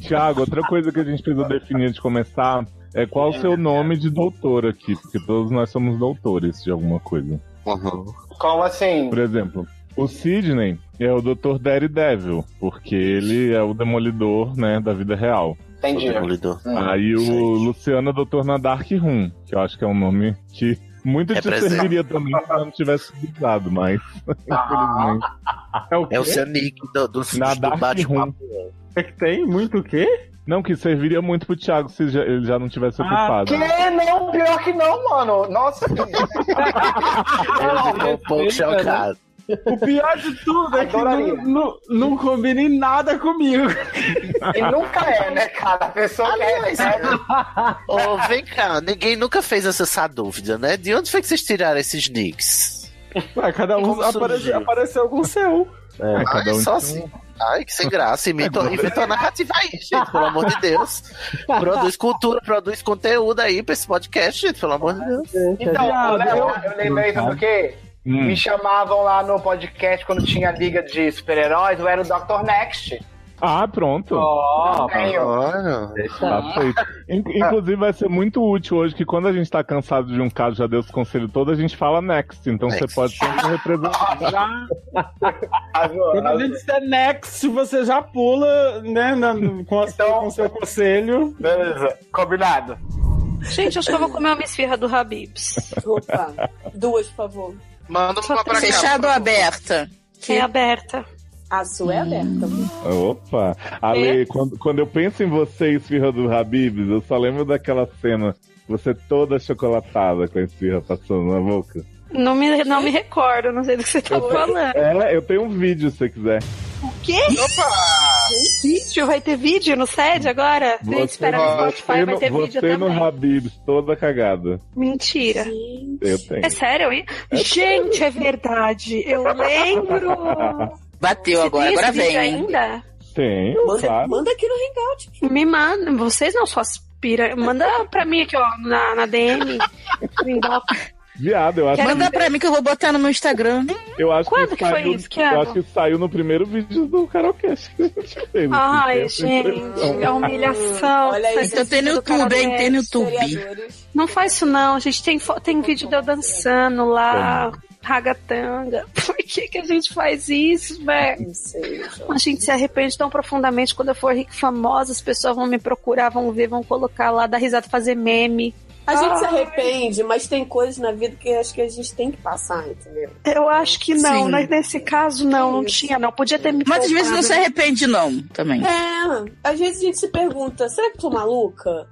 Speaker 1: Tiago, outra coisa que a gente precisa definir antes de começar é qual o seu nome de doutor aqui, porque todos nós somos doutores de alguma coisa.
Speaker 8: Como assim?
Speaker 1: Por exemplo, o Sidney é o Dr. Daredevil, porque ele é o demolidor, né, da vida real.
Speaker 8: Entendi. O demolidor. Hum.
Speaker 1: Aí o Luciano é doutor na Dark Room, que eu acho que é um nome que muito te
Speaker 7: Representa.
Speaker 1: serviria também se eu não tivesse utilizado, mas infelizmente. É o,
Speaker 7: É o seu nick do, do,
Speaker 1: na
Speaker 7: do
Speaker 1: Dark Room.
Speaker 7: bate-papo.
Speaker 1: É que tem muito o quê? Não, que serviria muito pro Thiago se já- ele já não tivesse ocupado.
Speaker 8: Ah, Que não, pior que não, mano. Nossa.
Speaker 7: Ele ficou um pouco chocado.
Speaker 4: O pior de tudo é que
Speaker 8: Adoraria.
Speaker 4: não, não, não combina em nada comigo.
Speaker 8: E nunca é, né, cara? A
Speaker 3: Ah,
Speaker 8: pessoa quer.
Speaker 7: né? Ô, vem cá, ninguém nunca fez essa, essa dúvida, né? De onde foi que vocês tiraram esses nicks?
Speaker 4: Ué, cada um
Speaker 7: Como
Speaker 4: apareceu,
Speaker 7: surgiu?
Speaker 4: apareceu algum seu.
Speaker 1: É,
Speaker 7: Ai, só assim. Ai, que sem graça. Inventou, inventou a narrativa aí, gente, pelo amor de Deus. Produz cultura, produz conteúdo aí pra esse podcast, gente, pelo amor de Deus.
Speaker 8: Então, ô, Léo, eu lembrei sabe do quê?
Speaker 7: Hum.
Speaker 8: Me chamavam lá no podcast quando tinha liga de super-heróis, eu era o Dr. Next.
Speaker 1: Ah, pronto.
Speaker 22: Ó,
Speaker 1: Olha. Tá
Speaker 22: Tá.
Speaker 1: feito. In- Inclusive, vai ser muito útil hoje que quando a gente tá cansado de um caso, já deu os conselhos todo, a gente fala next. Então você pode sempre representar.
Speaker 4: Quando a gente disser next, você já pula, né, na- com, a-
Speaker 7: Então-
Speaker 4: com o seu conselho.
Speaker 22: Beleza, combinado.
Speaker 3: Gente, acho que eu vou comer uma esfirra do Habibs.
Speaker 2: Opa, duas, por favor.
Speaker 8: Manda
Speaker 3: uma pra cá,
Speaker 2: Fechado
Speaker 3: por
Speaker 2: ou
Speaker 3: favor.
Speaker 2: aberta?
Speaker 3: É aberta.
Speaker 2: A sua é aberta.
Speaker 1: Opa! Ale, quando, quando eu penso em você e esfirra do Habibs, eu só lembro daquela cena. Você toda chocolatada com a esfirra passando na boca.
Speaker 3: Não me, não me recordo, não sei do que você tá falando.
Speaker 1: É, eu tenho um vídeo se você quiser.
Speaker 3: O quê? Vídeo? Vai ter vídeo no SED agora? A gente espera no Spotify, vai ter
Speaker 1: no,
Speaker 3: vídeo
Speaker 1: você no
Speaker 3: também.
Speaker 1: Habibs, toda cagada.
Speaker 3: Mentira.
Speaker 1: Eu tenho.
Speaker 3: É sério, hein? Gente, é verdade. Eu lembro.
Speaker 2: Bateu agora,
Speaker 3: Tem esse
Speaker 2: agora
Speaker 3: vídeo
Speaker 2: vem. hein?
Speaker 3: ainda?
Speaker 1: Tenho, claro.
Speaker 3: aqui no Hangout. Me manda. Vocês não só aspiram. Manda pra mim aqui, ó, na, na DM. no inbox.
Speaker 1: Viado, eu acho
Speaker 11: Manda pra
Speaker 2: é
Speaker 11: mim que eu vou botar no meu Instagram.
Speaker 1: Eu acho
Speaker 3: Quando
Speaker 1: que,
Speaker 3: que foi
Speaker 1: saiu,
Speaker 3: isso? Que
Speaker 1: Eu
Speaker 3: ano?
Speaker 1: acho que saiu no primeiro vídeo é do Karaokast que a gente fez. Eu
Speaker 3: Ai,
Speaker 1: tenho essa impressão.
Speaker 3: gente, é humilhação.
Speaker 2: Olha aí.
Speaker 3: Essa
Speaker 2: Então tem no
Speaker 3: do
Speaker 2: YouTube,
Speaker 3: Karaté.
Speaker 2: hein? Tem no YouTube.
Speaker 3: Não faz isso não, gente. Tem, fo- tem vídeo de eu dançando lá, ragatanga. Por que, que a gente faz isso, velho? A gente se arrepende tão profundamente quando eu for rica e famosa, as pessoas vão me procurar, vão ver, vão colocar lá, dar risada, fazer meme. Ah,
Speaker 23: A gente se
Speaker 3: Ai,
Speaker 23: arrepende, mas tem coisas na vida que acho que a gente tem que passar, entendeu?
Speaker 3: Eu acho que não,
Speaker 23: Sim.
Speaker 3: mas nesse caso não, não tinha, não. Podia ter me
Speaker 2: Mas às vezes não se
Speaker 3: poupado.
Speaker 2: arrepende, não, também.
Speaker 23: É, às vezes a gente se pergunta, será que eu tô maluca?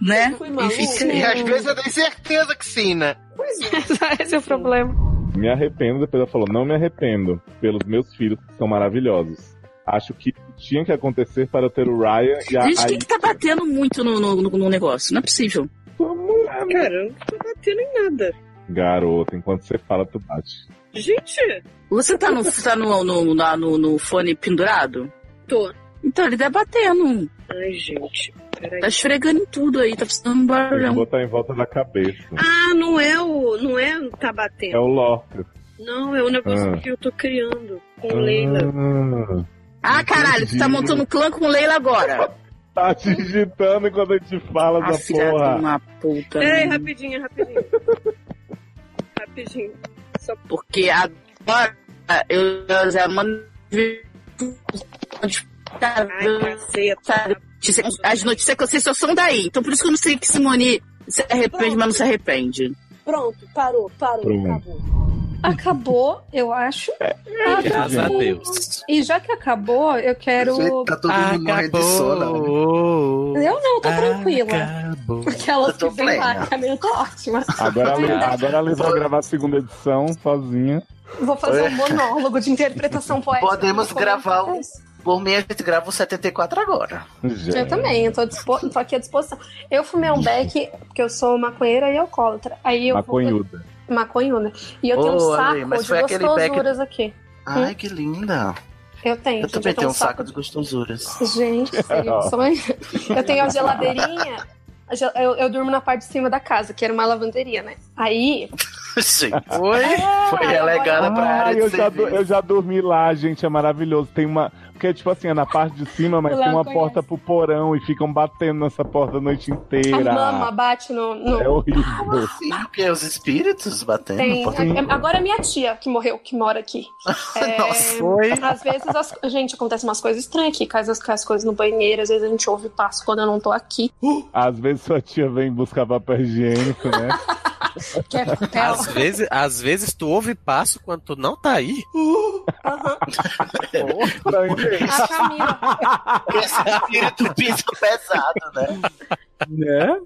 Speaker 2: Né?
Speaker 23: Fui maluca?
Speaker 8: E às vezes eu tenho certeza que sim, né?
Speaker 23: Pois
Speaker 3: Esse é o problema.
Speaker 1: Me arrependo, depois ela falou, não me arrependo pelos meus filhos que são maravilhosos. Acho que tinha que acontecer para eu ter o Ryan e a
Speaker 2: Gente,
Speaker 1: a-
Speaker 2: quem que tá batendo muito no, no, no negócio? Não é possível.
Speaker 11: Cara, eu não tô batendo em nada.
Speaker 1: Garota, enquanto você fala, tu bate.
Speaker 11: Gente,
Speaker 2: Você tá no, tá no, no, na- no, no fone pendurado?
Speaker 11: Tô.
Speaker 2: Então ele tá batendo.
Speaker 11: Ai, gente. Peraí.
Speaker 2: Tá esfregando em tudo aí, tá
Speaker 1: Tem
Speaker 2: precisando de um
Speaker 1: que
Speaker 2: barulhão.
Speaker 1: botar em volta da cabeça.
Speaker 11: Ah, não é o. Não é o tá batendo.
Speaker 1: É o Lorca.
Speaker 11: Não, é o negócio
Speaker 1: Ah.
Speaker 11: que eu tô criando com Leila.
Speaker 1: Ah,
Speaker 2: Ah, caralho, tu tá montando clã com o Leila agora.
Speaker 1: tá digitando enquanto a gente fala
Speaker 2: Ah,
Speaker 1: essa
Speaker 2: filha
Speaker 1: porra.
Speaker 2: de uma puta.
Speaker 11: Peraí, rapidinho, rapidinho. rapidinho. Só
Speaker 2: Porque agora eu eu já mando
Speaker 11: tá
Speaker 2: as notícias que eu sei só são daí. Então por isso que eu não sei que Simone se arrepende, mas não se arrepende.
Speaker 23: Pronto, parou, parou,
Speaker 1: Pronto.
Speaker 23: acabou.
Speaker 9: Acabou, eu acho.
Speaker 7: graças a
Speaker 9: Deus. E já que acabou, eu quero.
Speaker 7: Tá todo mundo morrendo de sono. Ah.
Speaker 9: Eu não,
Speaker 3: tá
Speaker 9: tô tranquila. Porque elas que vêm lá,
Speaker 1: plena.
Speaker 9: Camila, tá ótima.
Speaker 1: Agora, a Lê-
Speaker 9: Ainda
Speaker 1: agora a Lê vai gravar a segunda edição sozinha.
Speaker 9: Vou fazer um monólogo de interpretação poética.
Speaker 7: Podemos
Speaker 9: Como- é
Speaker 7: gravar o. Por mim, a gente grava o 74 agora. tá
Speaker 9: Eu também, eu tô, dispo... tô aqui à disposição. Eu fumei um beck, porque eu sou maconheira e alcoólatra. Aí eu
Speaker 1: Maconhuda.
Speaker 9: Vou... Maconhuda. E eu tenho um
Speaker 7: Ô, Ale,
Speaker 9: saco
Speaker 7: mas foi
Speaker 9: de
Speaker 7: aquele beck-
Speaker 9: gostosuras aqui. Hum?
Speaker 7: Ai, que linda.
Speaker 9: Eu tenho,
Speaker 7: Eu
Speaker 9: gente,
Speaker 7: também tenho um saco
Speaker 9: de...
Speaker 7: de gostosuras.
Speaker 9: Gente, eu, sou... eu tenho a geladeirinha. a gel- Eu, eu durmo na parte de cima da casa, que era uma lavanderia, né? Aí,
Speaker 7: Sim. Foi? Foi relegada pra
Speaker 1: Ah,
Speaker 7: área
Speaker 1: eu
Speaker 7: de
Speaker 1: já,
Speaker 7: serviço.
Speaker 1: do- eu já dormi lá, gente, é maravilhoso. Tem uma. Porque, tipo assim, é na parte de cima, mas
Speaker 9: O
Speaker 1: tem
Speaker 9: Léo
Speaker 1: uma
Speaker 9: conhece.
Speaker 1: porta pro porão e ficam batendo nessa porta a noite
Speaker 9: a
Speaker 1: inteira.
Speaker 9: mama bate no. no-
Speaker 1: É horrível.
Speaker 7: Sim, porque os espíritos batendo.
Speaker 9: Tem.
Speaker 7: pô.
Speaker 9: é- Agora é minha tia que morreu, que mora aqui. É, Às vezes, as... gente, acontece umas coisas estranhas aqui. Cai as, cai as coisas no banheiro, às vezes a gente ouve passo quando eu não tô aqui.
Speaker 1: Às vezes sua tia vem buscar papel higiênico, né?
Speaker 9: Que é papel.
Speaker 24: Às vezes, às vezes tu ouve passo quando tu não tá aí.
Speaker 25: Uh, uh-huh.
Speaker 9: A Camila.
Speaker 7: Esse espírito pisa pesado, né?
Speaker 1: Né?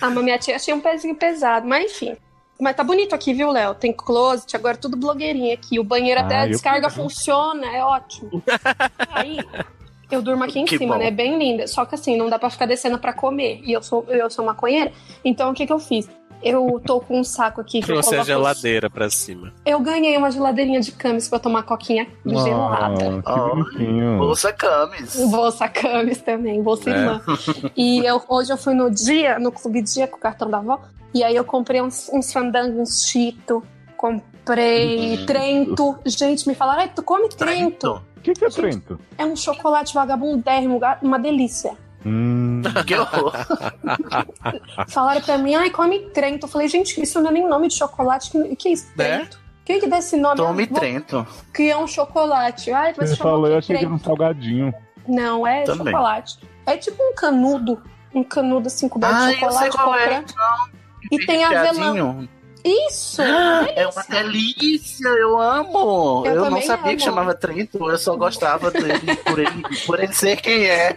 Speaker 9: A ma- minha tia tinha um pezinho pesado, mas enfim. Mas tá bonito aqui, viu, Léo? Tem closet, agora tudo blogueirinha aqui. O banheiro até
Speaker 1: Ah,
Speaker 9: a
Speaker 1: eu-
Speaker 9: descarga funciona, é ótimo. Aí eu durmo aqui em
Speaker 1: Que
Speaker 9: cima,
Speaker 1: bom.
Speaker 9: né? Bem linda. Só que assim, não dá pra ficar descendo pra comer. E eu sou, eu sou maconheira. Então o que que eu fiz? Eu tô com um saco aqui que eu
Speaker 24: Trouxe a
Speaker 9: coloco os-
Speaker 24: geladeira pra cima.
Speaker 9: Eu ganhei uma geladeirinha de camis pra tomar coquinha gelada.
Speaker 1: que bonitinho.
Speaker 24: É.
Speaker 7: Bolsa Camis.
Speaker 9: Bolsa camis também, bolsa irmã.
Speaker 7: É.
Speaker 9: E eu- hoje eu fui no dia, no clube dia com o cartão da avó. E aí eu comprei uns, uns fandangos, uns cheeto. com- comprei Trento. Gente, me falaram, "Ai, tu come Trento?
Speaker 1: O que, que é Trento?
Speaker 9: É um chocolate vagabundérrimo, ga- uma delícia.
Speaker 1: Hum.
Speaker 7: Que horror.
Speaker 25: né?
Speaker 9: Falaram pra mim, ai, come Trento. Eu falei, gente, isso não é nem nome de chocolate. Que, que é isso?
Speaker 25: Né?
Speaker 9: Quem que dá esse nome?
Speaker 25: Tome
Speaker 9: Eu vou
Speaker 25: Trento.
Speaker 9: Criar um chocolate. Ai, vai
Speaker 1: Você
Speaker 9: se chamar
Speaker 1: falou,
Speaker 9: o quê?
Speaker 1: eu achei que era um
Speaker 9: Trento.
Speaker 1: salgadinho.
Speaker 9: Não, é
Speaker 1: Também.
Speaker 9: chocolate. É tipo um canudo. Um canudo assim, coberto
Speaker 25: Ah, eu
Speaker 9: de chocolate.
Speaker 25: sei qual é,
Speaker 9: qualquer. E tem avelã.
Speaker 25: Piadinho.
Speaker 9: Isso!
Speaker 25: É uma delícia, eu amo.
Speaker 9: Eu
Speaker 25: Eu, não
Speaker 9: também
Speaker 25: sabia
Speaker 9: amo.
Speaker 25: que chamava Trento, eu só gostava dele por ele, por ele ser quem é.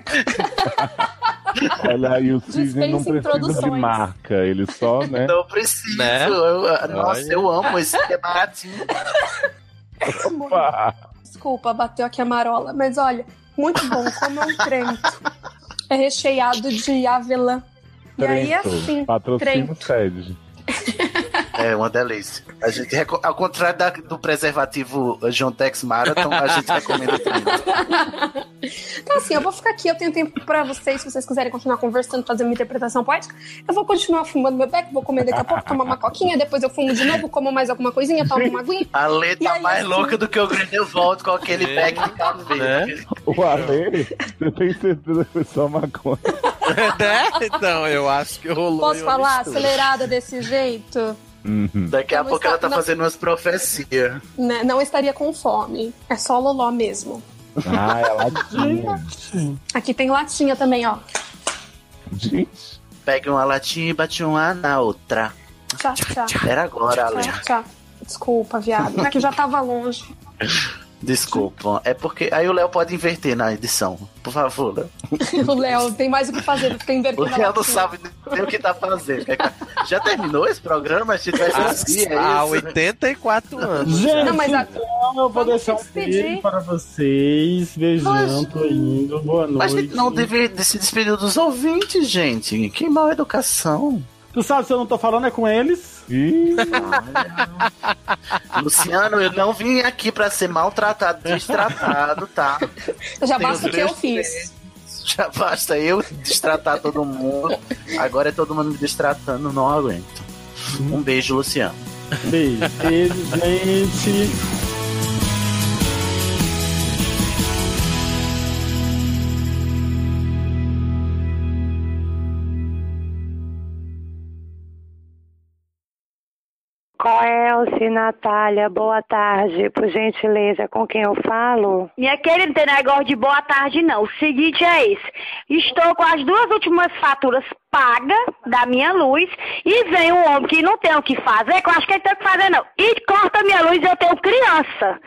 Speaker 1: Olha aí, o Sidney não
Speaker 25: Dispensa em
Speaker 1: precisa de
Speaker 25: produções.
Speaker 1: marca, ele só,
Speaker 24: É.
Speaker 1: né?
Speaker 25: Não preciso.
Speaker 1: Né?
Speaker 25: eu- eu- nossa,
Speaker 1: Olha.
Speaker 25: eu amo esse debatinho.
Speaker 1: Opa!
Speaker 9: Desculpa, bateu aqui a marola. Mas olha, muito bom, como é um trento. É recheado de avelã. E aí é
Speaker 7: Trento.
Speaker 9: assim,
Speaker 7: Patrocina
Speaker 9: trento.
Speaker 7: o
Speaker 1: Sede.
Speaker 7: É uma delícia. A gente, reco- ao contrário da- do preservativo Jontex Marathon, a gente recomenda
Speaker 9: Então assim, eu vou ficar aqui, eu tenho tempo pra vocês, se vocês quiserem continuar conversando, fazer uma interpretação poética. Eu vou continuar fumando meu beck, vou comer daqui a pouco, tomar uma coquinha, depois eu fumo de novo, como mais alguma coisinha, tomo uma aguinha.
Speaker 7: A Lê tá
Speaker 9: assim?
Speaker 7: mais louca do que o Grindelwald com aquele
Speaker 26: É.
Speaker 7: pack de cabelo.
Speaker 26: Né?
Speaker 1: O Ale, você tem certeza que foi só maconha?
Speaker 26: né? Então, eu acho que rolou.
Speaker 7: é
Speaker 9: Posso
Speaker 26: uma
Speaker 9: falar
Speaker 26: mistura.
Speaker 9: acelerada desse jeito?
Speaker 1: Uhum.
Speaker 7: Daqui a
Speaker 9: Não,
Speaker 7: pouco
Speaker 9: está-
Speaker 7: ela tá
Speaker 9: não.
Speaker 7: fazendo umas profecias.
Speaker 9: Né, Não estaria com fome. É só loló mesmo.
Speaker 1: Ah, é
Speaker 9: latinha. Aqui tem latinha também, ó.
Speaker 1: Gente.
Speaker 7: Pega uma latinha e bate uma na outra.
Speaker 9: Tchá, tchá.
Speaker 7: Era agora, Ale.
Speaker 9: Tchá, tchá. Desculpa, viado. É que eu já tava longe.
Speaker 7: Desculpa. É porque. Aí o Léo pode inverter na edição. Por favor, Léo.
Speaker 9: o Léo tem mais o que fazer do que
Speaker 7: O
Speaker 9: invertendo a
Speaker 7: Léo não
Speaker 9: latinha.
Speaker 7: sabe nem o que tá fazendo. Já terminou esse programa? A gente vai ser
Speaker 26: Há-
Speaker 7: assim, é
Speaker 26: Há
Speaker 7: isso?
Speaker 26: 84 anos. né?
Speaker 4: Gente,
Speaker 26: já.
Speaker 4: então eu vou deixar um beijo para vocês. Beijão, tô indo. Boa noite.
Speaker 7: Mas a gente não deveria se despedir dos ouvintes, gente. Que mal educação.
Speaker 4: Tu sabe se eu não tô falando é com eles?
Speaker 7: Luciano, eu não vim aqui pra ser maltratado, destratado, tá?
Speaker 9: Já
Speaker 7: Tenho
Speaker 9: basta o que eu
Speaker 7: três
Speaker 9: fiz.
Speaker 7: Já basta eu destratar todo mundo. Agora é todo mundo me destratando, não aguento. Um beijo, Luciano.
Speaker 4: Beijo. Beijo, gente.
Speaker 3: Coelce, Natália, boa tarde, por gentileza, com quem eu falo?
Speaker 14: Minha querida, não tem negócio de boa tarde, não. O seguinte é esse. Estou com as duas últimas faturas pagas da minha luz e vem um homem que não tem o que fazer, que eu acho que ele tem o que fazer, não. E corta minha luz eu tenho criança.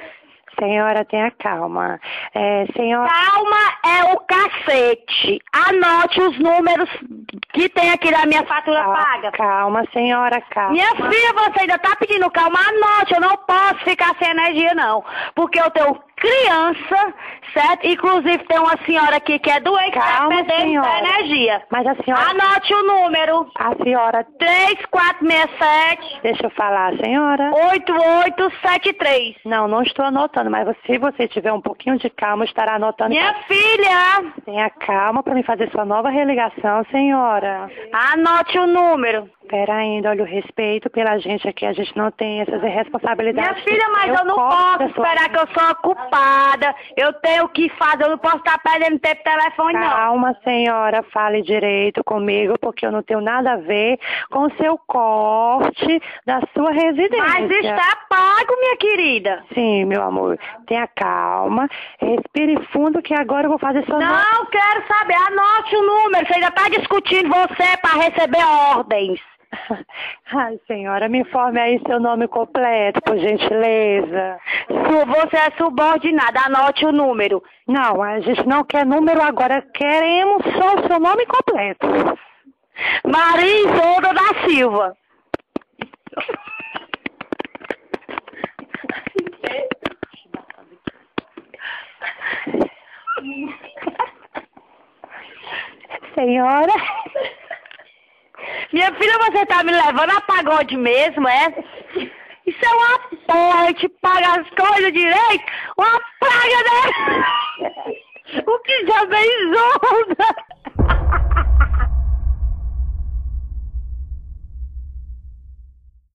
Speaker 3: Senhora, tenha calma. É, senhora.
Speaker 14: Calma é o cacete. Anote os números que tem aqui na minha fatura paga.
Speaker 3: Ah, Calma, senhora, calma.
Speaker 14: Minha filha, você ainda tá pedindo calma à noite. Eu não posso ficar sem energia, não. Porque eu tenho criança, certo? Inclusive, tem uma senhora aqui que é doente,
Speaker 3: Calma,
Speaker 14: tá perdendo
Speaker 3: senhora.
Speaker 14: energia.
Speaker 3: Mas a senhora.
Speaker 14: Anote o número.
Speaker 3: A senhora.
Speaker 14: 3467.
Speaker 3: Deixa eu falar, senhora.
Speaker 14: 8873.
Speaker 3: Não, não estou anotando, mas você- se você tiver um pouquinho de calma, estará anotando.
Speaker 14: Minha filha!
Speaker 3: Tenha calma para me fazer sua nova religação, senhora.
Speaker 14: Anote o número.
Speaker 3: Pera ainda, olha o respeito pela gente aqui, a gente não tem essas
Speaker 14: Minha
Speaker 3: responsabilidades.
Speaker 14: filha, mas eu, não
Speaker 3: cobro
Speaker 14: posso
Speaker 3: da sua-
Speaker 14: esperar que eu sou ocupada. Eu tenho o que fazer, eu não posso estar perdendo tempo no telefone, não.
Speaker 3: Calma, senhora, fale direito comigo, porque eu não tenho nada a ver com o seu corte da sua residência.
Speaker 14: Mas está pago, minha querida.
Speaker 3: Sim, meu amor. Tenha calma, respire fundo, que agora eu vou fazer sua nova-
Speaker 14: Não quero saber, anote o número. Você ainda está discutindo você para receber ordens.
Speaker 3: Ai, senhora, me informe aí seu nome completo, por gentileza.
Speaker 14: Su- Você é subordinada, anote o número.
Speaker 3: Não, a gente não quer número agora, queremos só o seu nome completo.
Speaker 14: Maria Isolda da Silva.
Speaker 3: Senhora,
Speaker 14: Minha filha, você tá me levando a pagode mesmo, é? Isso é uma porra, te paga as coisas direito, uma praga, né? O que já beijou?